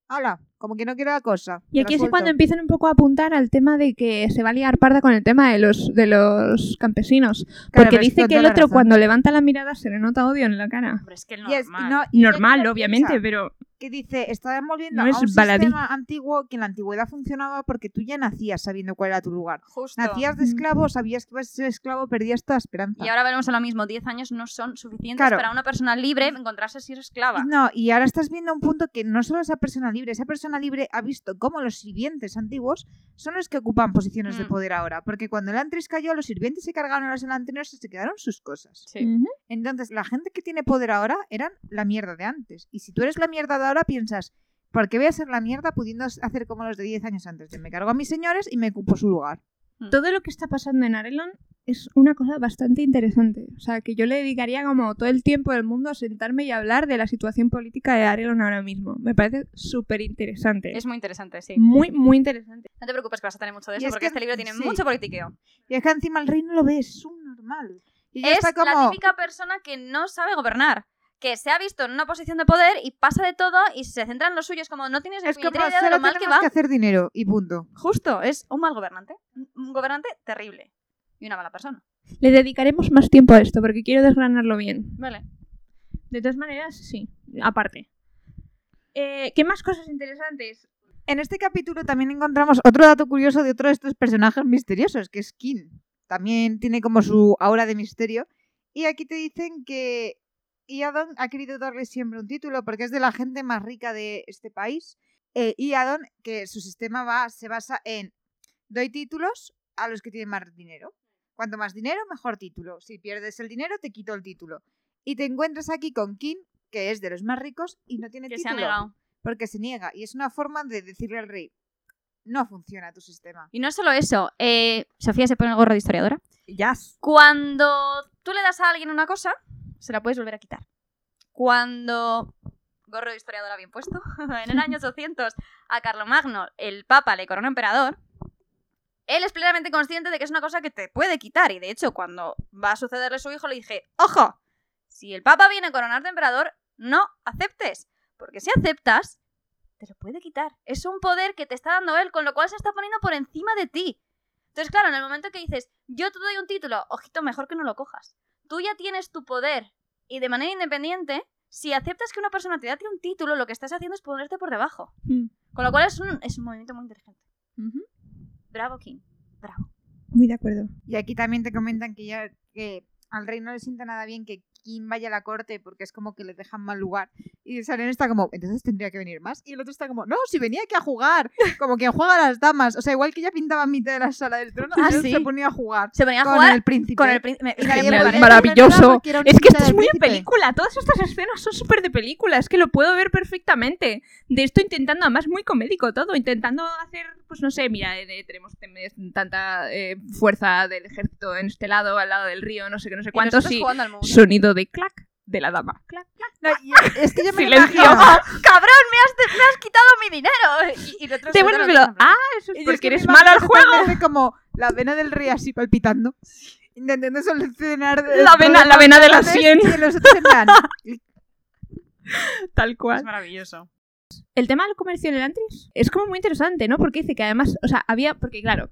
¡Hala! Como que no quiere la cosa. Y te aquí la es suelto. cuando empiezan un poco a apuntar al tema de que se va a liar parda con el tema de los, de los campesinos. Claro, porque ves, dice con que toda el la otro razón. cuando levanta la mirada se le nota odio en la cara. Hombre, es que el Y es- y normal. no- y ella Normal, lo obviamente, piensa, pero Que dice, está envolviendo No a es un baladí. sistema antiguo que en la antigüedad funcionaba porque tú ya nacías sabiendo cuál era tu lugar. Justo. Nacías de Mm. esclavo, sabías que ibas a ser esclavo, perdías toda esperanza. Y ahora veremos a lo mismo. 10 años no son suficientes Claro. para una persona libre encontrarse si eres esclava. Pues No, y ahora estás viendo un punto que no solo esa persona libre, esa persona libre ha visto cómo los sirvientes antiguos son los que ocupan posiciones de Mm. poder ahora, porque cuando el Antris cayó, los sirvientes se cargaron a los delanteros y se quedaron sus cosas. Sí. Ujú. Entonces, la gente que tiene poder ahora eran la mierda de antes. Y si tú eres la mierda de ahora, piensas, ¿por qué voy a ser la mierda pudiendo hacer como los de 10 años antes? De me cargo a mis señores y me ocupo su lugar. todo lo que está pasando en Arelon es una cosa bastante interesante. O sea, que yo le dedicaría como todo el tiempo del mundo a sentarme y hablar de la situación política de Arelon ahora mismo. Me parece súper interesante. Es muy interesante, sí. muy, muy interesante. No te preocupes que vas a tener mucho de Y eso es porque que- este libro tiene sí. mucho politiqueo. Y es que encima el rey no lo ve, es subnormal. Y ella Es está como... la típica persona que no sabe gobernar. Que se ha visto en una posición de poder y pasa de todo y se centra en lo suyo. Es como no tienes Es ni como puñetera idea de lo solo mal que tenemos va. que hacer dinero y punto. Justo, es un mal gobernante. Un- Un gobernante terrible. Y una mala persona. Le dedicaremos más tiempo a esto porque quiero desgranarlo bien. Vale. De todas maneras, sí, aparte. Eh, ¿Qué más cosas interesantes? En este capítulo también encontramos otro dato curioso de otro de estos personajes misteriosos, que es Kin. También tiene como su aura de misterio. Y aquí te dicen que Iadon ha querido darle siempre un título porque es de la gente más rica de este país. Eh, Iadon, que su sistema va, se basa en doy títulos a los que tienen más dinero. Cuanto más dinero, mejor título. Si pierdes el dinero, te quito el título. Y te encuentras aquí con Kin, que es de los más ricos y no tiene Que se ha título negado. porque se niega y es una forma de decirle al rey no funciona tu sistema. Y no solo eso. eh, Sofía se pone el gorro de historiadora. Ya. Cuando tú le das a alguien una cosa, se la puedes volver a quitar. Cuando, gorro de historiadora bien puesto, <laughs> en el año 800 a Carlomagno el Papa le corona emperador, él es plenamente consciente de que es una cosa que te puede quitar. Y de hecho, cuando va a sucederle su hijo, le dije, ojo, si el Papa viene a coronarte emperador, no aceptes. Porque si aceptas, te lo puede quitar. Es un poder que te está dando él, con lo cual se está poniendo por encima de ti. Entonces, claro, en el momento que dices, yo te doy un título, ojito, mejor que no lo cojas. Tú ya tienes tu poder y de manera independiente, si aceptas que una persona te da a ti un título, lo que estás haciendo es ponerte por debajo. Mm. Con lo cual es un, es un movimiento muy inteligente. Ujú. Bravo, King. Bravo. Muy de acuerdo. Y aquí también te comentan que ya que al rey no le sienta nada bien que Kim vaya a la corte porque es como que le dejan mal lugar. Y Saren está como, entonces tendría que venir más. Y el otro está como, no, si venía aquí a jugar, como quien juega a las damas. O sea, igual que ya pintaba en mitad de la sala del trono, Ah, él sí. se ponía a jugar Se ponía a con jugar el príncipe. con el príncipe. Y Es nadie que me me es parece parece- maravilloso. verdad porque era un Es hincha que esto es del muy de príncipe. película. Todas estas escenas son súper de película. Es que lo puedo ver perfectamente. De esto intentando, además, muy comédico todo. Intentando hacer, pues no sé, mira, eh, eh, tenemos tem- tanta eh, fuerza del ejército en este lado, al lado del río, no sé qué, no sé y cuánto. nosotros Sí, jugando al mundo. sonido de clac de la dama. Clac, clac. No, y- es que yo me Silencio. imagino- ¡Cabrón! Me has, de- me has quitado mi dinero. Y, y el otro se queda Devuélvemelo. en plan, Ah, eso Y es yo es porque que me eres malo al imagino juego. totalmente como la vena del rey así palpitando. Intentando solucionar eh, La vena- la problemas vena de la grandes, sien. Y los otros en plan, Tal cual. Es maravilloso. El tema del comercio en el Antris es como muy interesante, ¿no? Porque dice que además, o sea, había, porque claro,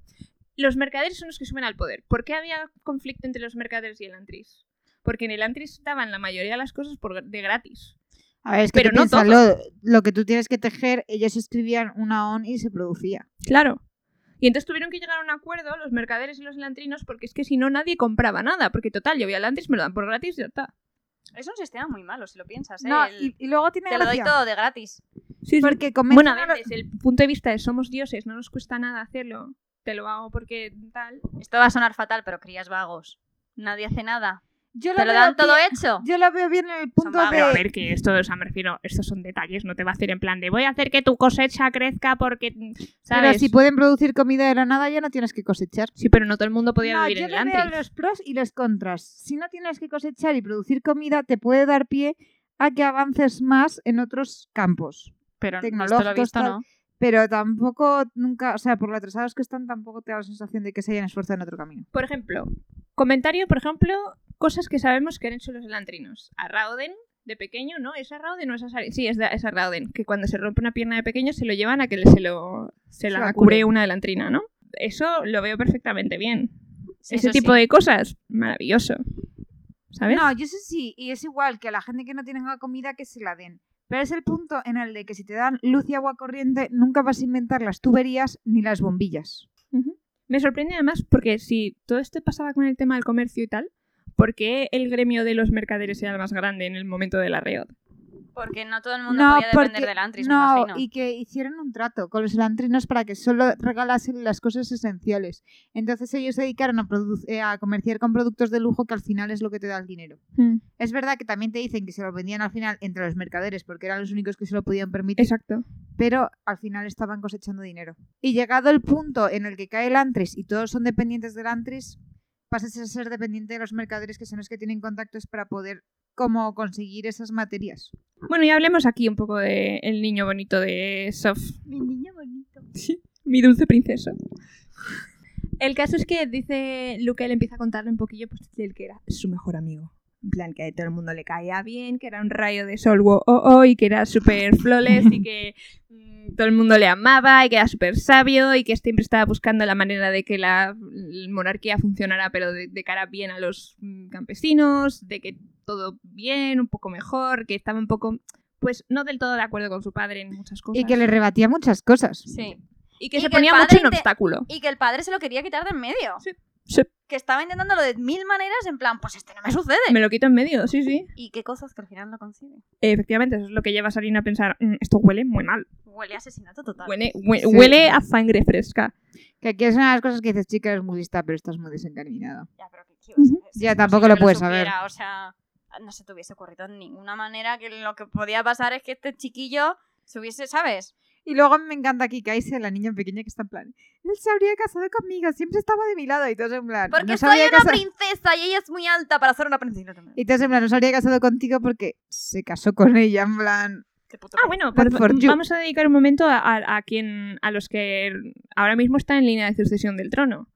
los mercaderes son los que suben al poder. ¿Por qué había conflicto entre los mercaderes y el Antris? Porque en el Antris daban la mayoría de las cosas por, de gratis. <laughs> A ver, es que Pero tú no piénsalo, lo que tú tienes que tejer, ellos escribían una on y se producía. Claro. Y entonces tuvieron que llegar a un acuerdo los mercaderes y los elantrinos porque es que si no nadie compraba nada. Porque total, yo voy al Antris, me lo dan por gratis y ya está. Es un sistema muy malo, si lo piensas. ¿eh? No, El- y, y luego tiene Te lo doy gracia, todo de gratis. Sí, Porque Bueno, comentan a ver, desde el punto de vista de somos dioses, no nos cuesta nada hacerlo. Te lo hago porque tal. Esto va a sonar fatal, pero crías vagos. Nadie hace nada. yo lo Te lo veo dan todo bien- hecho. Yo lo veo bien en el punto vagos. Pero a de... ver, que esto, o sea, me refiero, estos son detalles, no te va a hacer en plan de voy a hacer que tu cosecha crezca porque, mm, ¿sabes? Pero si pueden producir comida de la nada, ya no tienes que cosechar. Sí, pero no todo el mundo podía No, vivir yo en el le veo Antris. los pros y los contras. Si no tienes que cosechar y producir comida, te puede dar pie a que avances más en otros campos. Pero Tecnológicos, tal. Pero tampoco nunca, o sea, por lo atrasados que están, tampoco te da la sensación de que se hayan esforzado en otro camino. Por ejemplo, comentario, por ejemplo, cosas que sabemos que han hecho los elantrinos. A Rauden, de pequeño, ¿no? ¿Es a Rauden o es a Saren? Sí, es, de- es a Rauden, que cuando se rompe una pierna de pequeño se lo llevan a que le- se, lo, se, la la cure. cure una elantrina, ¿no? Eso lo veo perfectamente bien. Sí, Ese eso tipo sí. de cosas, maravilloso. ¿Sabes? No, yo sé sí, y es igual que a la gente que no tiene comida que se la den. Pero es el punto en el de que si te dan luz y agua corriente, nunca vas a inventar las tuberías ni las bombillas. Ujú. Me sorprende además porque si todo esto pasaba con el tema del comercio y tal, ¿por qué el gremio de los mercaderes era el más grande en el momento de la reod? Porque no todo el mundo podía depender del Antris, me no, imagino. y que hicieron un trato con los elantrinos para que solo regalasen las cosas esenciales. Entonces ellos se dedicaron a, produ- eh, a comerciar con productos de lujo que al final es lo que te da el dinero. Es verdad que también te dicen que se lo vendían al final entre los mercaderes porque eran los únicos que se lo podían permitir. Exacto. pero al final estaban cosechando dinero. Y llegado el punto en el que cae el antris y todos son dependientes del antris, pasas a ser dependiente de los mercaderes que son los que tienen contactos para poder como conseguir esas materias. Bueno, y hablemos aquí un poco del el niño bonito de Sof. Mi niño bonito. Mi dulce princesa. El caso es que dice Luke, él empieza a contarle un poquillo pues, del que era su mejor amigo. En plan, que a todo el mundo le caía bien, que era un rayo de sol, wow, oh, oh, y que era súper flawless, y que mm, todo el mundo le amaba, y que era súper sabio, y que siempre estaba buscando la manera de que la l- monarquía funcionara, pero de, de cara bien a los mm, campesinos, de que todo bien, un poco mejor, que estaba un poco, pues no del todo de acuerdo con su padre en muchas cosas. Y que le rebatía muchas cosas. Sí. Y que Y que se el ponía padre mucho en inte- obstáculo. Y que el padre se lo quería quitar de en medio. Sí. Sí. Que estaba intentándolo de mil maneras, en plan, pues este no me sucede. Me lo quito en medio, sí, sí. Y qué cosas que al final no consigue. Efectivamente, eso es lo que lleva a Sarina a pensar, "Mm, esto huele muy mal. Huele a asesinato total. Huele, hue- Sí. huele a sangre fresca. Que aquí es una de las cosas que dices, chica, eres muy lista, pero estás muy desencaminada. Ya, pero ¿qué- qué ibas a Ujú. hacer? Ya, Si tampoco yo lo puedes O sea, no se te hubiese ocurrido de ninguna manera que lo que podía pasar es que este chiquillo se hubiese, ¿sabes? Y luego me encanta aquí que Aise, la niña pequeña que está en plan, él se habría casado conmigo, siempre estaba de mi lado y todos en plan. Porque "No se soy habría una casa- princesa y ella es muy alta para ser una princesa. Y todos en plan, no se habría casado contigo porque se casó con ella, en plan. Qué puto Ah, pe- bueno, Bad pues for you. vamos a dedicar un momento a, a- a quien, a los que ahora mismo están en línea de sucesión del trono,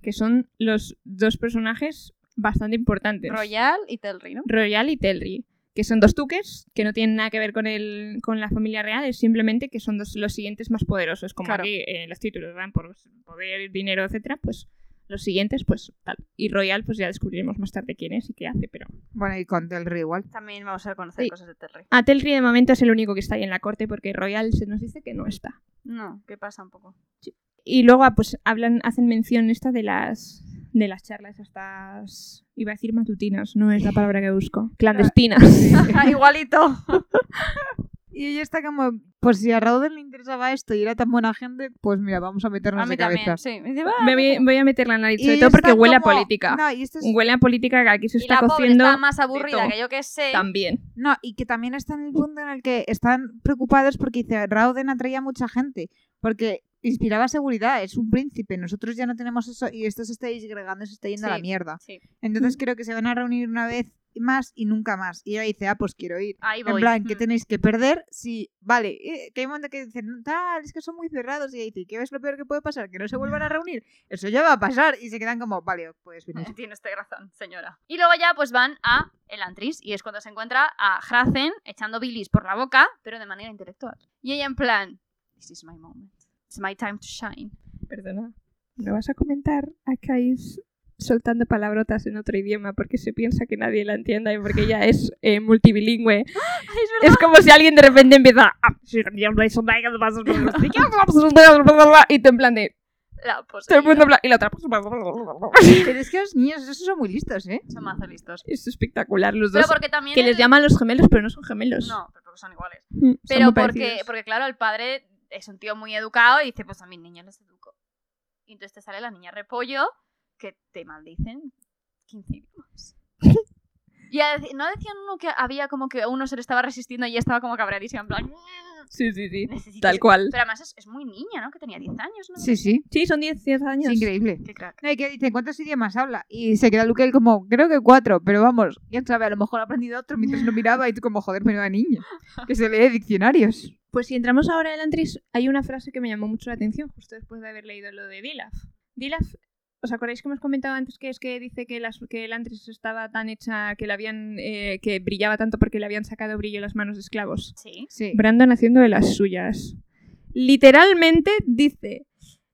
que son los dos personajes bastante importantes. Royal y Telry, ¿no? Royal y Telri. que son dos tuques, que no tienen nada que ver con, el, con la familia real, es simplemente que son dos, los siguientes más poderosos. Como Claro. aquí eh, los títulos van por poder, dinero, etcétera, pues los siguientes, pues tal. Y Royal, pues ya descubriremos más tarde quién es y qué hace, pero... Bueno, y con Del Rey <laughs> igual. También vamos a conocer Sí. cosas de Terry. Atelri de momento es el único que está ahí en la corte porque Royal se nos dice que no está. No, ¿qué pasa un poco? Y luego ah, pues hablan, hacen mención esta de las de las charlas estas iba a decir matutinas, no es la palabra que busco. Clandestinas. <laughs> <laughs> Ah, Igualito. Y ella está como, pues si a Raúl le interesaba esto y era tan buena gente, pues mira, vamos a meternos A mí de cabeza. también, sí. Me dice, "Va". Me voy, voy a meter la nariz, Y sobre ella todo porque está huele a como- política. No, y esto es- Huele a política que aquí se Y está la pobre cociendo está ¿eh? más de aburrida todo. que yo que sé. también. No, y que también está en el punto en el que están preocupados porque dice, Rauden atraía a mucha gente, porque inspiraba seguridad, es un príncipe, nosotros ya no tenemos eso y esto se está disgregando, se está yendo a la Sí. mierda. Sí, Entonces creo que se van a reunir una vez más y nunca más. Y ella dice, ah, pues quiero ir. ahí voy. En plan, ¿qué <laughs> Mm. tenéis que perder? Sí, vale, eh, que hay un momento que dicen, tal, es que son muy cerrados y ella dice, ¿qué ves lo peor que puede pasar? Que no se vuelvan a reunir. Eso ya va a pasar y se quedan como, vale, pues puedes <laughs> venir. Tiene usted razón, señora. Y luego ya pues van a el Antris y es cuando se encuentra a Hrazen echando bilis por la boca, pero de manera intelectual. Y ella en plan, this is my moment. It's my time to shine. Perdona. ¿No vas a comentar a Kais soltando palabrotas en otro idioma porque se piensa que nadie la entienda y porque ella es eh, multilingüe es verdad. <laughs> Es como si alguien de repente empieza a... "Ah, <laughs> Y tú en plan de... La poseída. Todo el mundo en plan- Y la otra... <laughs> Pero es que los niños, esos son muy listos, ¿eh? Son mazo listos. Es espectacular los Pero dos. porque también... Que el- les llaman los gemelos, pero no son gemelos. No, pero porque son iguales. Mm, son Pero muy porque, parecidos. porque, claro, el padre es un tío muy educado y dice, pues a mis niños les educo. Y entonces te sale la niña repollo que te maldicen 15 <laughs> idiomas. Y a deci- no decían uno que había como que uno se le estaba resistiendo y estaba como cabreadísima, en plan... "Mm, Sí, sí, sí. necesito Tal ser-". cual. Pero además es, es muy niña, ¿no? Que tenía 10 años, ¿no? Sí, sí. Sí, son 10 10 años. Es increíble. Qué crack. No, y Eh, que dice, ¿cuántos idiomas habla? Y se queda Luquel como, creo que cuatro, pero vamos, quién sabe, a lo mejor ha aprendido otro mientras no miraba y tú como, joder, menuda niña, que se lee diccionarios. Pues si entramos ahora en el Antris, hay una frase que me llamó mucho la atención justo después de haber leído lo de Dilaf. Dilaf, ¿os acordáis que hemos comentado antes que es que dice que, las, que el Antris estaba tan hecha, que, la habían, eh, que brillaba tanto porque le habían sacado brillo las manos de esclavos? Sí. Sí. Brandon haciendo de las suyas. Literalmente dice,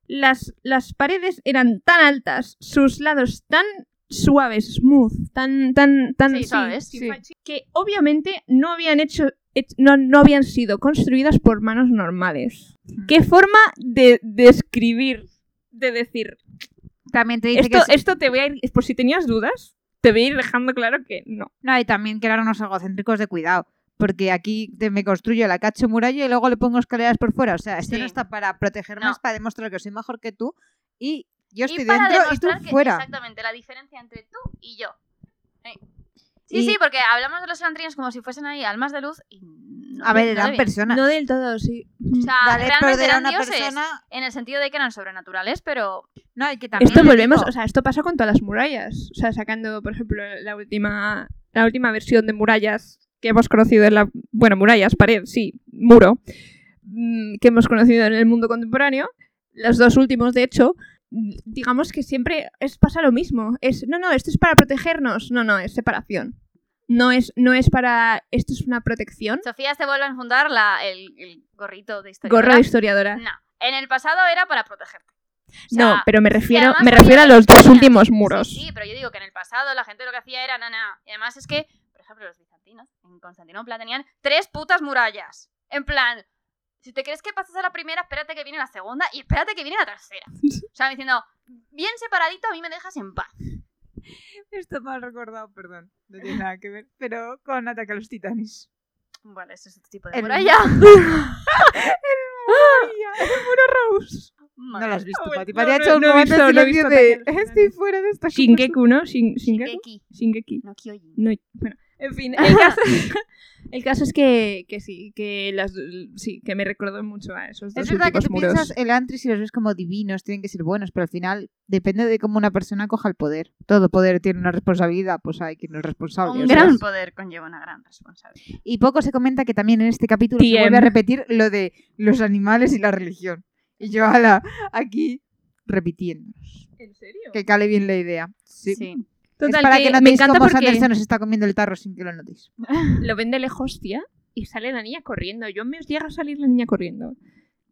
las, las paredes eran tan altas, sus lados tan suaves, smooth, tan, tan, tan... Sí, suaves, sí. fa- Que obviamente no habían hecho... hech- No, no habían sido construidas por manos normales. Ah. Qué forma de describir, de decir, También te dice esto, que... sí- esto te voy a ir, por si tenías dudas, te voy a ir dejando claro que no. No, y también que eran unos egocéntricos de cuidado, porque aquí te- me construyo la cacho muralla y luego le pongo escaleras por fuera, o sea, esto Sí. no está para protegerme, No. es para demostrar que soy mejor que tú y yo estoy y para dentro y tú demostrar que- fuera. Exactamente, la diferencia entre tú y yo. Sí, sí, Y- sí, porque hablamos de los elantrinos como si fuesen ahí almas de luz y... no- A ver, no eran debían. personas. No del todo, sí. O sea, Vale, pero realmente era eran una dioses persona... en el sentido de que eran sobrenaturales, pero No, y que también Esto le volvemos, digo- o sea, esto pasa con todas las murallas. O sea, sacando, por ejemplo, la última, la última versión de murallas que hemos conocido en la. Bueno, murallas, pared, sí, muro. mm, Que hemos conocido en el mundo contemporáneo. Los dos últimos, de hecho, mm, digamos que siempre es, pasa lo mismo. Es, no, no, esto es para protegernos. No, no, es separación. No es, no es para. Esto es una protección. Sofía te vuelve a enfundar la, el, el gorrito de historia. Gorro de historiadora. No, en el pasado era para protegerte. O sea, No, pero me refiero, además me refiero a había- los dos últimos Sí, muros. Sí, <laughs> pero yo digo que en el pasado la gente lo que hacía era nana. Y además es que, por ejemplo, los bizantinos en Constantinopla tenían tres putas murallas. En plan, si te crees que pasas a la primera, espérate que viene la segunda y espérate que viene la <laughs> tercera. O sea, diciendo, bien separadito, a mí me dejas en paz. Esto mal recordado, perdón. No tiene nada que ver. Pero con Ataque a los Titanes. Bueno, eso es otro tipo de El- <laughs> muralla. no lo has visto, bueno, Pati. no, Pati ha no, hecho un no he momento visto, de no he silencio visto de... Ataque a los Estoy fuera de <laughs> esta Shingeki, ¿no? Shin- Shingeku. Shingeki, Shingeki. no Kyojin. No, bueno, en fin, <laughs> el caso, <laughs> el caso es que, que sí, que las sí, que me recordó mucho a esos dos Es verdad que últimos tú muros. piensas el Antris y los ves como divinos, tienen que ser buenos, pero al final depende de cómo una persona coja el poder. Todo poder tiene una responsabilidad, pues hay quien es responsable. Un o sea, gran poder conlleva una gran responsabilidad. Y poco se comenta que también en este capítulo se TM. vuelve a repetir lo de los animales y la religión. Y yo, ala, aquí repitiendo. ¿En serio? Que cale bien la idea. Sí. Total, es para que, que me notéis encanta cómo porque Sanderson nos está comiendo el tarro sin que lo notéis. lo ven de lejos, tía, y sale la niña corriendo. Yo me os llega a salir la niña corriendo.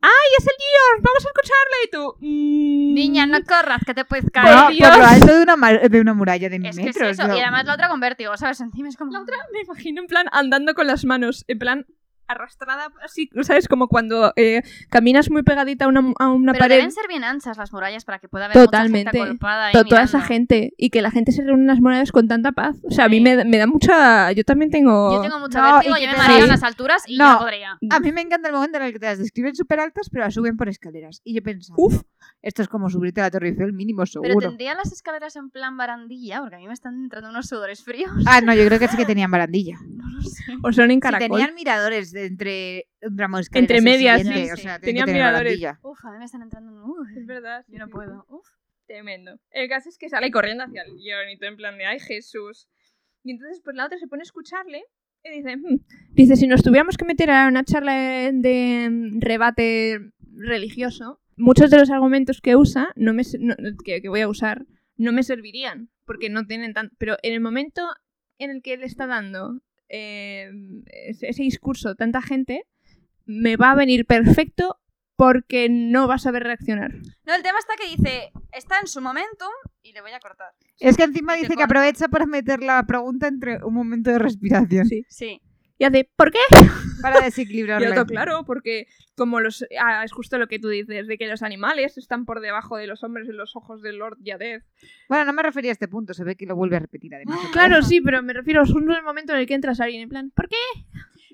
¡Ay, es el Dios! ¡Vamos a escucharle! Y tú... mm, Niña, no corras, que te puedes Por Bueno, caer. por lo Dios. alto de una, mar- de una muralla de mil es que es pues, metros. eso. yo- Y además la otra con vértigo, ¿sabes? Encima es como... La otra me imagino en plan andando con las manos, en plan arrastrada así, ¿sabes? Como cuando eh, caminas muy pegadita a una, a una Pero pared. deben ser bien anchas las murallas para que pueda haber mucha Totalmente. gente acolpada ahí to- toda esa mirando. gente y que la gente se reúne en las murallas con tanta paz. O sea, a mí Sí. me, me da mucha... Yo también tengo... Yo tengo mucho No, vértigo, y yo que me te- mareo en Sí. las alturas y No. no podría. A mí me encanta el momento en el que te las describen súper altas, pero las suben por escaleras. Y yo pensando, Uf. esto es como subirte a la Torre Eiffel mínimo seguro. Pero tendría las escaleras en plan barandilla, porque a mí me están entrando unos sudores fríos. <laughs> Ah, no, yo creo que sí que tenían <laughs> barandilla. No lo sé. O son en Si caracol. tenían miradores de entre un tramo de escaleras Entre y el medias, siguiente, sí, o sí. sea, tienen que Tenían tener miradores. barandilla. Uf, a mí me están entrando... Uf, Es verdad. yo no puedo. Uf. Tremendo. El caso es que sale corriendo hacia el guión y todo en plan de ¡ay, Jesús! Y entonces, pues la otra se pone a escucharle y dice... "Hmm". Dice, si nos tuviéramos que meter a una charla de- de mm, rebate religioso, muchos de los argumentos que usa, no me, s- no- que, que voy a usar, no me servirían, porque no tienen tanto... Pero en el momento en el que él está dando eh, ese ese discurso a tanta gente, me va a venir perfecto porque no va a saber reaccionar. No, el tema está que dice, está en su momentum y le voy a cortar. Es que encima Y te dice que corta. aprovecha para meter la pregunta entre un momento de respiración Sí. Sí. Y hace, ¿por qué? para <laughs> Y desequilibrarla. otro, claro, porque como los ah, es justo lo que tú dices, de que los animales están por debajo de los hombres en los ojos del Lord Yadez. Bueno, no me refería a este punto, se ve que lo vuelve a repetir además. Ah, Claro, sí, pero me refiero, es un momento en el que entras alguien en plan, ¿por qué?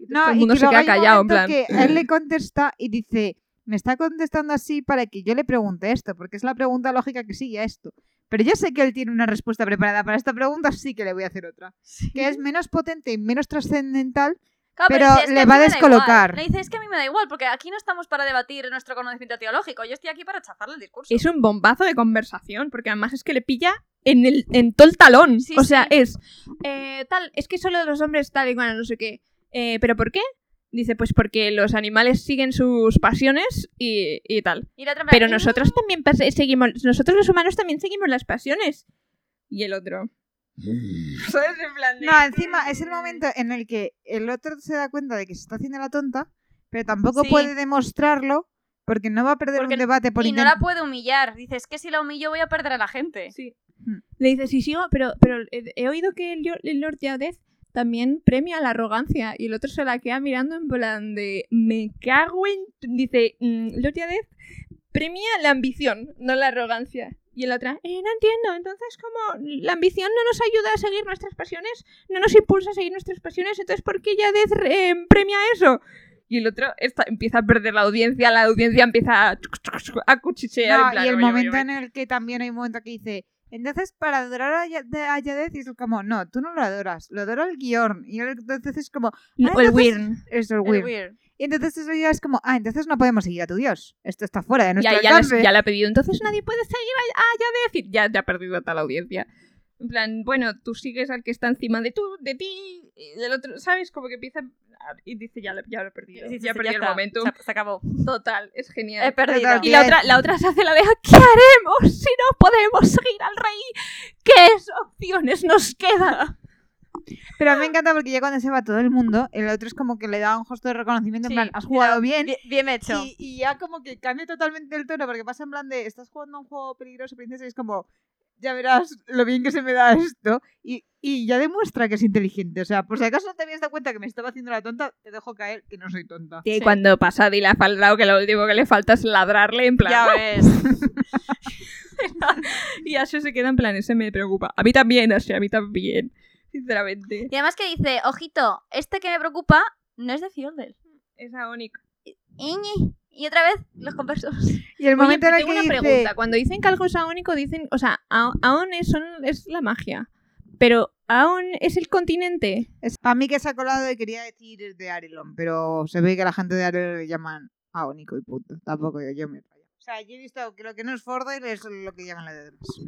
No, todo el y mundo que se luego queda hay un callado, en momento plan. que él <laughs> le contesta y dice, me está contestando así para que yo le pregunte esto, porque es la pregunta lógica que sigue a esto. Pero yo sé que él tiene una respuesta preparada para esta pregunta, sí que le voy a hacer otra. Que es menos potente y menos trascendental. Claro, Pero si es que le mí va a me da igual. descolocar. Le dice, es que a mí me da igual, porque aquí no estamos para debatir nuestro conocimiento teológico. Yo estoy aquí para chafarle el discurso. Es un bombazo de conversación, porque además es que le pilla en, el, en todo el talón. Sí, o sea, sí. es eh, tal, es que solo los hombres tal y cual, no sé qué. Eh, ¿Pero por qué? Dice, pues porque los animales siguen sus pasiones y, y tal. Y la otra en plan, Pero "Mm, nosotros también pas- eh, seguimos, nosotros los humanos también seguimos las pasiones. Y el otro. <laughs> ¿Sabes? En plan de- No, encima es el momento en el que el otro se da cuenta de que se está haciendo la tonta, pero tampoco Sí. puede demostrarlo porque no va a perder Porque- un debate por Y no intent- la puede humillar. Dice, es que si la humillo voy a perder a la gente. Sí. Hmm. Le dice, sí, sigo, pero, pero he, he oído que el, yo- el Lord Yaudez también premia la arrogancia. Y el otro se la queda mirando en plan de, me cago en... tu-". Dice, "Mm, Lord Yaudez premia la ambición, no la arrogancia. Y el otra, "Eh, no entiendo, entonces como la ambición no nos ayuda a seguir nuestras pasiones, no nos impulsa a seguir nuestras pasiones, entonces ¿por qué Yadez premia eso? Y el otro está- empieza a perder la audiencia, la audiencia empieza a, a <laughs> cuchichear. en No, plan, y el "Oye, oye, momento oye". en el que también hay un momento que dice, entonces para adorar a, Ya- de- a Yadez, y es como, no, tú no lo adoras, lo adora el guión. Y él entonces es como, Ah, O el entonces- Wyrm. es el El weird. weird. Y entonces eso ya es como, ah, entonces no podemos seguir a tu dios. Esto está fuera de nuestro ya, ya, la- alcance. ya la ha pedido. Entonces nadie puede seguir a, a Yadez. Y Ya, ya ha perdido tal audiencia. En plan, bueno, tú sigues al que está encima de tú, de ti, y del otro, ¿sabes? Como que empieza a- y dice, ya, lo- ya lo he perdido. Dice, ya "Sí, perdí el está, eh, momento. Se, se acabó. Total, es He genial. perdido. Total, Y que- la otra, la otra se hace la deja, ¿qué haremos si no podemos seguir al rey? ¿Qué es- opciones nos queda? Pero me encanta porque ya cuando se va todo el mundo, el otro es como que le da un gesto de reconocimiento Sí, en plan, has jugado bien. Bien, bien hecho. Y, y ya como que cambia totalmente el tono, porque pasa en plan de, estás jugando a un juego peligroso, princesa, y es como, ya verás lo bien que se me da esto. Y, y ya demuestra que es inteligente. O sea, por si acaso no te habías dado cuenta que me estaba haciendo la tonta, te dejo caer que no soy tonta. Y cuando pasa Dila Faldao, que lo último que le falta es ladrarle, en plan, Ya ves. y Asio se queda en plan, ese me preocupa. A mí también, Asio, a mí también. Sinceramente. Y además que dice, ojito, este que me preocupa no es de Fieldel. Es agónico. Iñi. Y otra vez los <laughs> conversos. <laughs> Y el momento en el tengo que una dice, pregunta. Cuando dicen que algo es agónico, dicen... O sea, a- Aon es, son- es la magia. Pero Aon es el continente. es a mí que se ha colado y quería decir de Arelon, pero se ve que la gente de Arelon le llaman aónico y punto. Tampoco yo, yo me fallo. O sea, yo he visto que lo que no es Fordel es lo que llaman la de demás.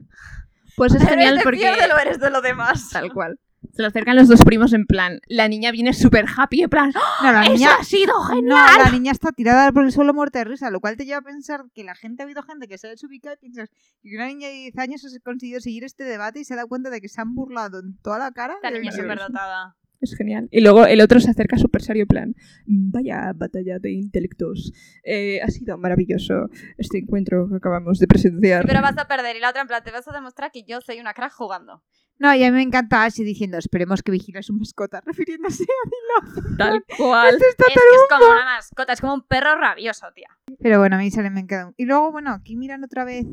Pues es ¿Eres <laughs> genial de porque... Fieldel o eres de lo demás? Tal cual. Se lo acercan los dos primos en plan. La niña viene súper happy, en plan. ¡Ah, No, la niña, <laughs> ¡Eso ha sido no, genial! la niña está tirada por el suelo muerta de risa, lo cual te lleva a pensar que la gente ha habido gente que se ha desubicado y piensas que una niña de 10 años ha conseguido seguir este debate y se da cuenta de que se han burlado en toda la cara. Esta del niña es universo. superdotada. Es genial. Y luego el otro se acerca súper serio, en plan. Vaya batalla de intelectos. Eh, ha sido maravilloso este encuentro que acabamos de presenciar. Pero vas a perder. Y la otra, en plan, te vas a demostrar que yo soy una crack jugando. No, y a mí me encanta Ashley diciendo, esperemos que vigile a su mascota, <laughs> refiriéndose a <laughs> Tal cual. esto está Es que es como una mascota, es como un perro rabioso, tía. Pero bueno, a mí sale me encanta. Y luego, bueno, aquí miran otra vez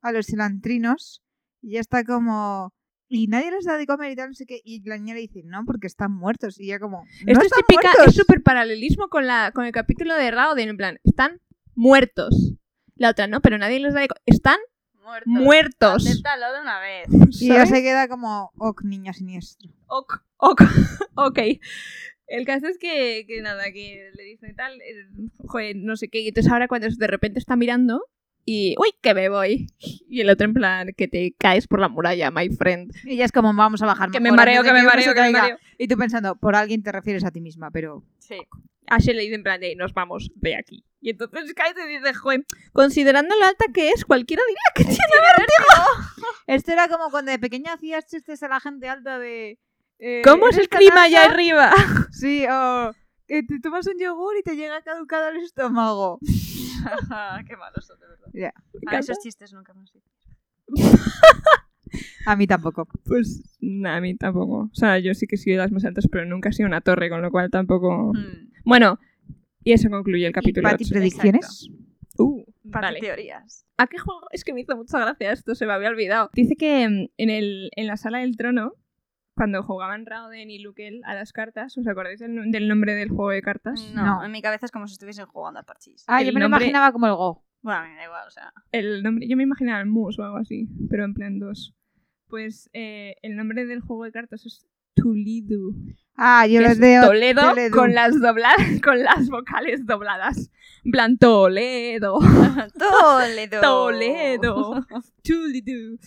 a los cilantrinos y ya está como... Y nadie les da de comer y tal, no sé qué. Y la niña le dice, no, porque están muertos. Y ya como, no Esto es están típica, es muertos". súper paralelismo con, la, con el capítulo de Rauden, en plan, están muertos. La otra no, pero nadie les da de... co- Están Muertos. <laughs> muertos. Acéptalo de una vez. Y ya ¿sabes? se queda como, ok, niña siniestra. Ok, ok, <laughs> ok. El caso es que, que nada, que le dicen tal, eh, joder, no sé qué, y entonces ahora cuando de repente está mirando y, uy, que me voy. Y el otro en plan, que te caes por la muralla, my friend. Y ella es como, vamos a bajar Que me mejor mareo, antes que de me uno mareo, se que me caiga". mareo. Y tú pensando, por alguien te refieres a ti misma, pero... Sí. Ashley le dice en plan de, nos vamos de aquí. Y entonces caes y dice, joder, considerando lo alta que es, cualquiera diría que tiene Esto era como cuando de pequeña hacías chistes a la gente alta de... eh, ¿Cómo es "¿Eres el clima allá <laughs> canalla?". arriba? <laughs> Sí, o... que te tomas un yogur y te llega caducado al estómago. Qué malos son, de verdad. Ya. Ah, esos chistes nunca me han sido. A mí tampoco. Pues nada, a mí tampoco. O sea, yo sí que he sido de las más altas, pero nunca he sido una torre, con lo cual tampoco. Hmm. Bueno, y eso concluye el capítulo. ¿Y Patty 8. predicciones? Uh, Para vale. teorías. ¿A qué juego? Es que me hizo mucha gracia esto, se me había olvidado. Dice que mm, en, el, en la sala del trono, cuando jugaban Rauden y Lukel a las cartas, ¿os acordáis del, nom- del nombre del juego de cartas? No, Pues No. en mi cabeza es como si estuviesen jugando al parchís. Ah, El yo me nombre- lo imaginaba como el Go. Bueno, a mí me da igual, o sea. <laughs> el nombre, yo me imaginaba el mus o algo así, pero en plan dos. Pues eh, el nombre del juego de cartas es Tulidu. Ah, yo que lo es veo. Toledo Toledo. con las dobladas, <laughs> con las vocales dobladas. En plan Toledo, Toledo. <laughs> Toledo, Tulidu.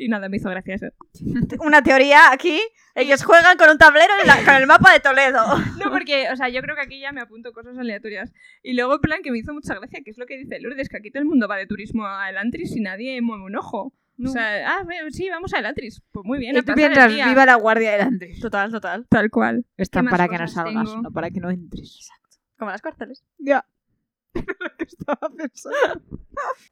Y nada, me hizo gracia eso. <laughs> Una teoría aquí. Ellos juegan con un tablero en la- con el mapa de <laughs> Toledo. No, porque, o sea, yo creo que aquí ya me apunto cosas aleatorias. Y luego, en plan, que me hizo mucha gracia, que es lo que dice Lourdes, que aquí todo el mundo va de turismo al Antris y nadie mueve un ojo. O sea, ah, bueno, sí, vamos al Antris. Pues muy bien, Y a tú pasar el piensas, día. viva la guardia del Andrés. Total, total. Tal cual. Están más para que no cosas salgas, tengo? no para que no entres. Como las cárceles. <laughs> Ya. <laughs> lo que estaba pensando.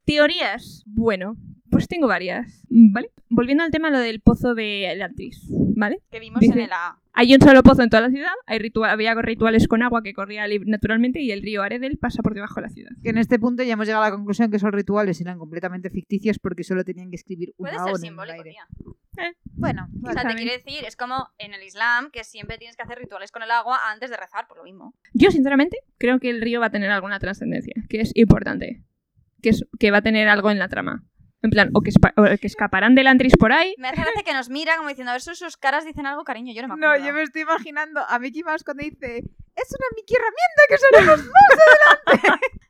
Teorías. Bueno, pues tengo varias, ¿vale? Volviendo al tema lo del pozo de Atlantis, ¿vale? Que vimos Dice- en el A. Hay un solo pozo en toda la ciudad, hay ritua- había rituales con agua que corría lib- naturalmente y el río Aredel pasa por debajo de la ciudad. Que en este punto ya hemos llegado a la conclusión que esos rituales eran completamente ficticios porque solo tenían que escribir una Puede O en ser el simbólico, aire. Eh, tía. Bueno, O sea, Está te bien. quiero decir, es como en el Islam, que siempre tienes que hacer rituales con el agua antes de rezar, por lo mismo. Yo, sinceramente, creo que el río va a tener alguna trascendencia, que es importante, que, es, que va a tener algo en la trama. En plan, o que, espa- o que escaparán del Antris por ahí. Me hace gracia que nos mira como diciendo, a ver si sus caras dicen algo, cariño, yo no me No, acuerdo. yo me estoy imaginando a Mickey Mouse cuando dice es una Mickey herramienta que seremos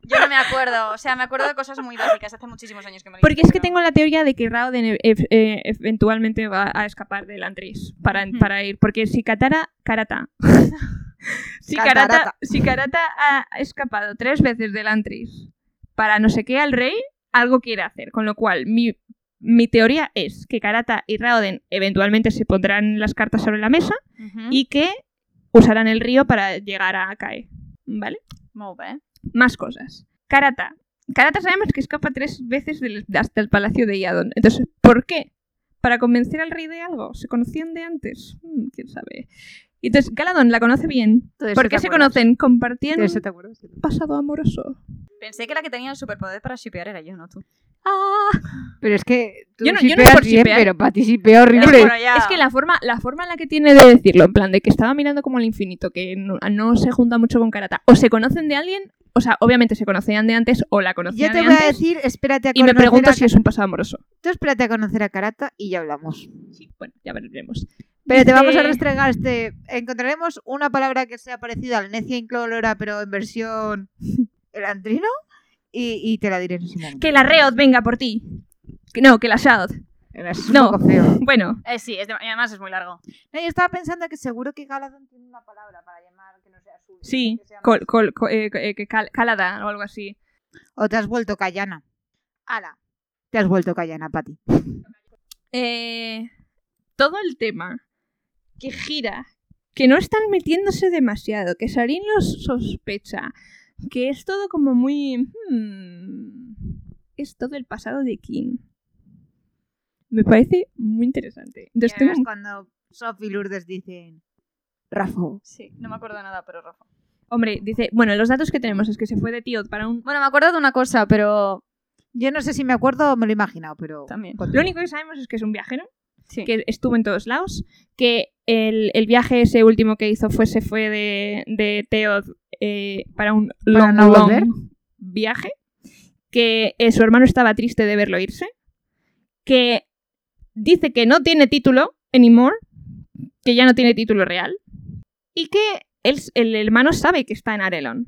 Yo no me acuerdo, o sea, me acuerdo de cosas muy básicas, hace muchísimos años que me lo Porque es que hicieron. tengo la teoría de que Rauden e- ef- eh, eventualmente va a escapar del Antris para, Ujú. para ir. Porque si Katara. Karata. <laughs> si, Karata Catarata. si Karata ha escapado tres veces del Antris para no sé qué al rey, algo quiere hacer. Con lo cual, mi, mi teoría es que Karata y Rauden eventualmente se pondrán las cartas sobre la mesa Ujú. y que usarán el río para llegar a Kae. ¿Vale? Muy bien. más cosas. Karata. Karata sabemos que escapa tres veces del- hasta el palacio de Iadon. Entonces, ¿por qué? ¿Para convencer al rey de algo? ¿Se conocían de antes? Mm, ¿Quién sabe? Y Entonces, Galadón la conoce bien. <laughs> Todo eso ¿Por qué te se acuerdas. conocen? Compartían De eso un te acuerdas. pasado amoroso. Pensé que la que tenía el superpoder para shipear era yo, no tú. Ah, Pero es que tú Yo no- yo no es shipeas por bien, shipear. pero Patty shipea Pero horrible. bueno, ya. Es que la forma, la forma en la que tiene de decirlo, en plan de que estaba mirando como el infinito, que no, no se junta mucho con Karata. O se conocen de alguien, o sea, obviamente se conocían de antes o la Yo conocían te de voy a antes. decir, espérate a Y me conocer pregunto a si es un pasado amoroso. Tú espérate a conocer a Karata y ya hablamos. Bueno, ya veremos. Pero te vamos a Dice- restregar este. Encontraremos una palabra que sea parecida al necia inclolora, pero en <laughs> versión elantrino. Y, y te la diré en ese momento. Que la Reod venga por ti. Que- No, que la Shaod. Es un No. poco feo. Bueno, Eh, sí, es de- y además es muy largo. No, yo estaba pensando que seguro que Galadón tiene una palabra para llamar que no sea suya. sí, que sea col, más- col- co- eh, eh, que cal- calada o algo así. O te has vuelto callana. Ala. Te has vuelto callana, Pati. Eh, todo el tema que gira, que no están metiéndose demasiado, que Sarin los sospecha, que es todo como muy... hmm, es todo el pasado de King. Me parece muy interesante. Y Entonces tengo además cuando Sophie y Lourdes dicen... Rafa. Sí, no me acuerdo nada, pero Rafa. Hombre, dice, bueno, los datos que tenemos es que se fue de Tío para un... Bueno, me acuerdo de una cosa, pero. Yo no sé si me acuerdo o me lo he imaginado, pero... También. Lo único que sabemos es que es un viajero, Sí. que estuvo en todos lados, que el, el viaje ese último que hizo fue, se fue de, de Teod eh, para un Para long, no long volver. viaje, que eh, su hermano estaba triste de verlo irse, que dice que no tiene título anymore, que ya no tiene título real, y que el, el hermano sabe que está en Arelon,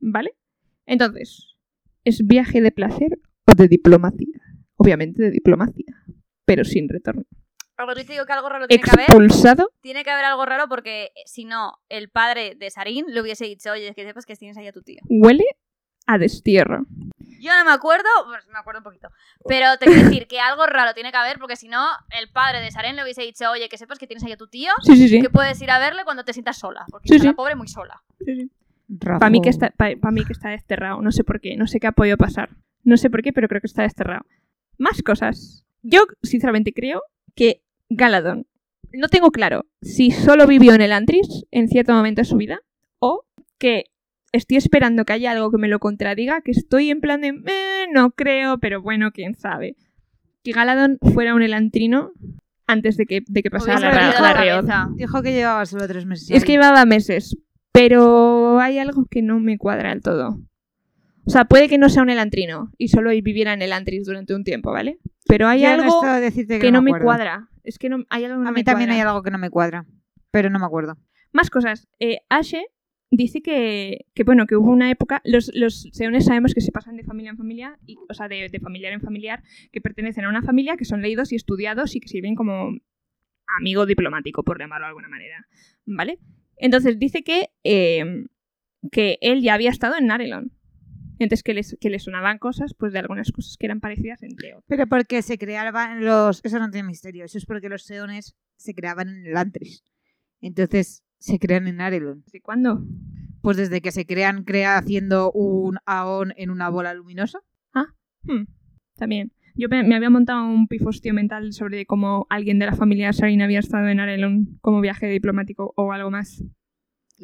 ¿vale? Entonces, ¿es viaje de placer o de diplomacia? Obviamente de diplomacia, pero sin retorno. A ver, yo te digo que algo raro tiene que haber. Expulsado. Tiene que haber algo raro porque eh, si no, el padre de Sarín le hubiese dicho, oye, es que sepas que tienes ahí a tu tío. huele a destierro. Yo no me acuerdo, pues me acuerdo un poquito. Pero te quiero decir que algo raro tiene que haber porque si no, el padre de Sarín le hubiese dicho, oye, que sepas que tienes ahí a tu tío. Sí, sí, sí. Que puedes ir a verle cuando te sientas sola. Porque Sí, está sí. la pobre muy sola. Rafa. Para mí, que está, pa- pa' mí que está desterrado. No sé por qué. No sé qué ha podido pasar. No sé por qué, pero creo que está desterrado. Más cosas. Yo, sinceramente, creo que Galadón. No tengo claro si solo vivió en el Antris en cierto momento de su vida o que estoy esperando que haya algo que me lo contradiga, que estoy en plan de "Eh, no creo, pero bueno, quién sabe. Que Galadón fuera un elantrino antes de que, de que pasara Hubiese Pues la, perdido la, la Reod. cabeza. Dijo que llevaba solo tres meses. Es que ahí. llevaba meses, pero hay algo que no me cuadra del todo. O sea, puede que no sea un elantrino y solo viviera en elantris durante un tiempo, ¿vale? Pero hay Yo en algo esto decirte que no me acuerdo. cuadra. Es que no, hay algo que no A me mí también cuadra. hay algo que no me cuadra, pero no me acuerdo. Más cosas. Eh, Ashe dice que, que, bueno, que hubo una época... Los, los seones sabemos que se pasan de familia en familia, y, o sea, de, de familiar en familiar, que pertenecen a una familia, que son leídos y estudiados y que sirven como amigo diplomático, por llamarlo de alguna manera. ¿Vale? Entonces dice que, eh, que él ya había estado en Narelon. Entonces que les, que le sonaban cosas, pues de algunas cosas que eran parecidas en Teod. Pero porque se creaban los... Eso no tiene misterio, eso es porque los seones se creaban en el Antris. Entonces se crean en Arelon. ¿Desde cuándo? Pues desde que se crean, crea haciendo un aón en una bola luminosa. Hmm, también. Yo pe- me había montado un pifostio mental sobre cómo alguien de la familia Sarin había estado en Arelon como viaje diplomático o algo más.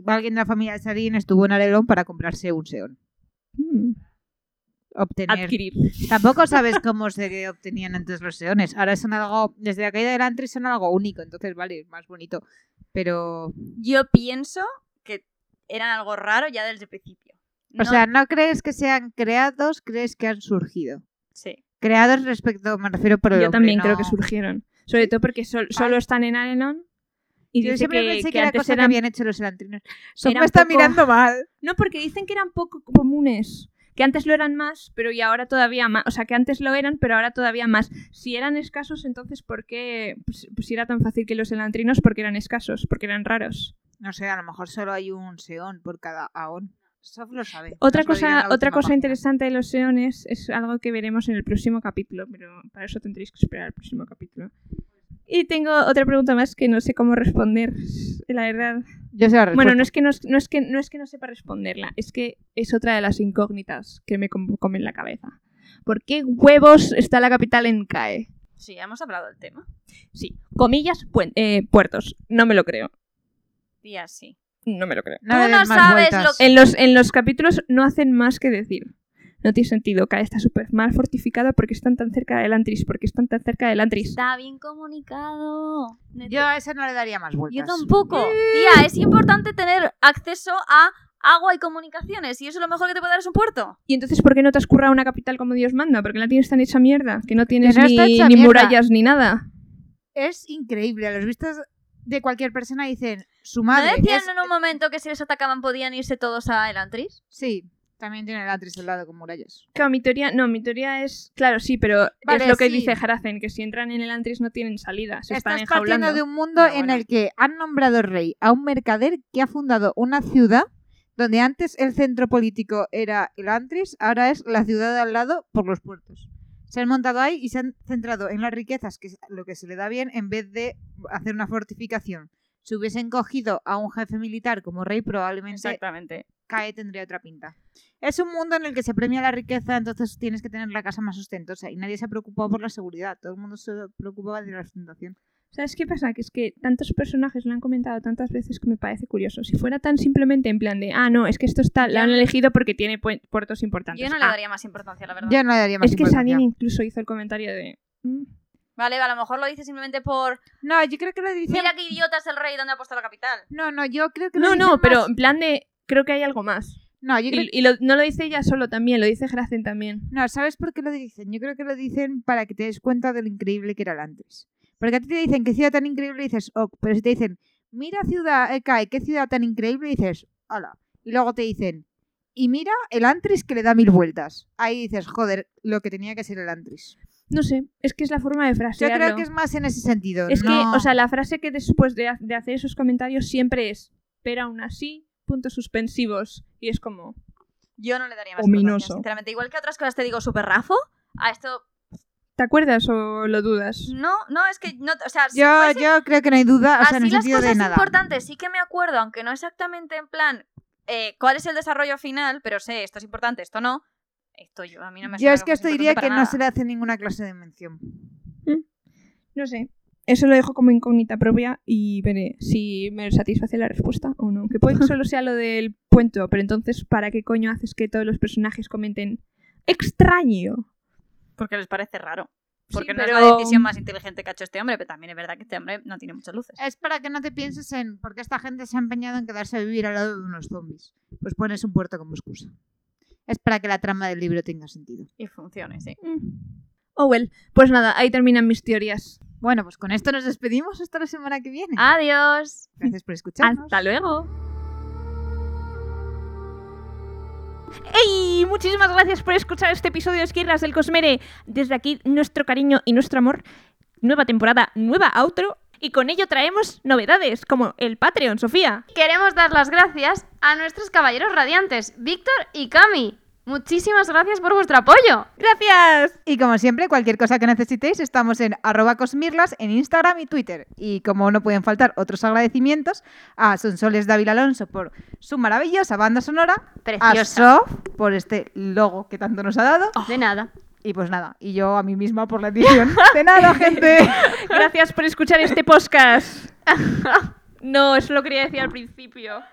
Alguien de la familia de Sarin estuvo en Arelon para comprarse un seón. Hmm, Obtener... Adquirir. <laughs> Tampoco sabes cómo se obtenían antes los seones. Ahora son algo... Desde la caída del Antris son algo único, entonces vale, es más bonito. Pero... Yo pienso que eran algo raro ya desde el principio. O sea, no crees que sean creados, crees que han surgido. sí. Creados respecto, me refiero por el Yo hombre, también no- creo que surgieron. Sobre todo porque sol- solo están en Arelon. Y Yo dice siempre que, pensé que, que era antes cosa que eran... habían hecho los elantrinos. Son eran me está poco- mirando mal. No, porque dicen que eran poco comunes. Que antes lo eran más, pero y ahora todavía más. O sea, que antes lo eran, pero ahora todavía más. Si eran escasos, entonces ¿por qué? Pues, pues era tan fácil que los elantrinos porque eran escasos, porque eran raros. No sé, a lo mejor solo hay un seón por cada aón. Sof lo sabe. Otra Nos Pues lo dirá en cosa, la otra última cosa página. interesante de los seones es algo que veremos en el próximo capítulo, pero para eso tendréis que esperar al próximo capítulo. Y tengo otra pregunta más que no sé cómo responder, la verdad. Yo sé la respuesta. Bueno, no es, que no, es- no es que, no es que no sepa responderla, es que es otra de las incógnitas que me com- comen la cabeza. ¿Por qué huevos está la capital en CAE? Sí, hemos hablado del tema. Sí, comillas, puen- eh, puertos. No me lo creo, Y así. no me lo creo. Tú le des no más sabes vueltas. lo que- En los, en los capítulos no hacen más que decir. No tiene sentido, CAE está súper mal fortificada porque están tan cerca del Antris, porque están tan cerca del Antris. Está bien comunicado. Yo a esa no le daría más vueltas. Yo tampoco. Tía, es importante tener acceso a agua y comunicaciones. Y eso es lo mejor que te puede dar es un puerto. Y entonces, ¿por qué no te has currado una capital como Dios manda? Porque la tienes tan hecha mierda, que no tienes Que no ni, está hecha ni mierda. murallas ni nada. Es increíble. A los vistos de cualquier persona dicen, su ¿No madre. decían es- en un momento que si les atacaban podían irse todos a Elantris? Sí, También tiene el Atris al lado con murallas. Claro, mi teoría, no, mi teoría es, claro, sí, pero Vale, es lo que sí. dice Harazen, que si entran en el antris no tienen salida, se están Estás enjaulando. partiendo de un mundo Ya, en bueno. el que han nombrado rey a un mercader que ha fundado una ciudad donde antes el centro político era el Antris, ahora es la ciudad de al lado por los puertos. Se han montado ahí y se han centrado en las riquezas, que es lo que se le da bien, en vez de hacer una fortificación. Si hubiesen cogido a un jefe militar como rey, probablemente Exactamente. CAE tendría otra pinta. Es un mundo en el que se premia la riqueza, entonces tienes que tener la casa más ostentosa y nadie se ha preocupado por la seguridad, todo el mundo se preocupaba de la ostentación. ¿Sabes qué pasa? Que es que tantos personajes lo han comentado tantas veces que me parece curioso. Si fuera tan simplemente en plan de, ah, no, es que esto está, la Ya. han elegido porque tiene pu- puertos importantes. Yo no le Ah, daría más importancia, la verdad. Yo no le daría más Es que importancia. Sanin incluso hizo el comentario de, "Mm, Vale, a lo mejor lo dice simplemente por. No, yo creo que lo dicen... Mira qué idiota es el rey donde ha puesto la capital. No, no, yo creo que lo no, dicen no, más- pero en plan de, creo que hay algo más. No, yo creo Y, y lo- no lo dice ella solo también, lo dice Harazen también. No, ¿sabes por qué lo dicen? Yo creo que lo dicen para que te des cuenta de lo increíble que era el antes. Porque a ti te dicen qué ciudad tan increíble y dices, ok, pero si te dicen, mira ciudad, eh, Kai, qué ciudad tan increíble y dices, hola. Y luego te dicen, y mira el Antris que le da mil vueltas. Ahí dices, joder, lo que tenía que ser el Antris. No sé, es que es la forma de Yo frasearlo. creo que es más en ese sentido. Es no- que, o sea, la frase que después de, ha- de hacer esos comentarios siempre es, pero aún así, puntos suspensivos. Y es como, Yo no le daría más Ominoso. importancia, sinceramente. Igual que otras cosas te digo súper rafo, a esto. ¿te acuerdas o lo dudas? No, no, es que. No, o sea, si yo, fuese yo creo que no hay duda, o sea, en pues así el las sentido cosas de nada. importantes sí que me acuerdo, aunque no exactamente en plan eh, cuál es el desarrollo final, pero sé, esto es importante, esto no. Esto yo, a mí no me Yo suena es que esto fuese diría importante que para no nada. se le hace ninguna clase de mención. No sé. Eso lo dejo como incógnita propia y veré si me satisface la respuesta o no. Que puede que solo sea lo del puente, pero entonces, ¿para qué coño haces que todos los personajes comenten extraño? Porque les parece raro. Sí, Porque no es pero- la decisión más inteligente que ha hecho este hombre, pero también es verdad que este hombre no tiene muchas luces. Es para que no te pienses en por qué esta gente se ha empeñado en quedarse a vivir al lado de unos zombies. Pues pones un puerto como excusa. Es para que la trama del libro tenga sentido. Y funcione, sí. Mm. Oh, well. Pues nada, ahí terminan mis teorías. Bueno, pues con esto nos despedimos hasta la semana que viene. Ah, Adiós. Gracias por escucharnos. Hasta luego. ¡Ey! Muchísimas gracias por escuchar este episodio de Esquirlas del Cosmere. Desde aquí, nuestro cariño y nuestro amor. Nueva temporada, nueva outro. Y con ello traemos novedades, como el Patreon, Sofía. Queremos dar las gracias a nuestros caballeros radiantes, Víctor y Cami. Muchísimas gracias por vuestro apoyo. ¡Gracias! Y como siempre, cualquier cosa que necesitéis, estamos en arroba cosmirlas en Instagram y Twitter. Y como no pueden faltar otros agradecimientos, a Sonsoles Dávila Alonso por su maravillosa banda sonora, a Preciosa. Sof por este logo que tanto nos ha dado, De nada. y pues nada, y yo a mí misma por la edición. De nada, gente. Gracias por escuchar este podcast. No, eso lo quería decir al principio.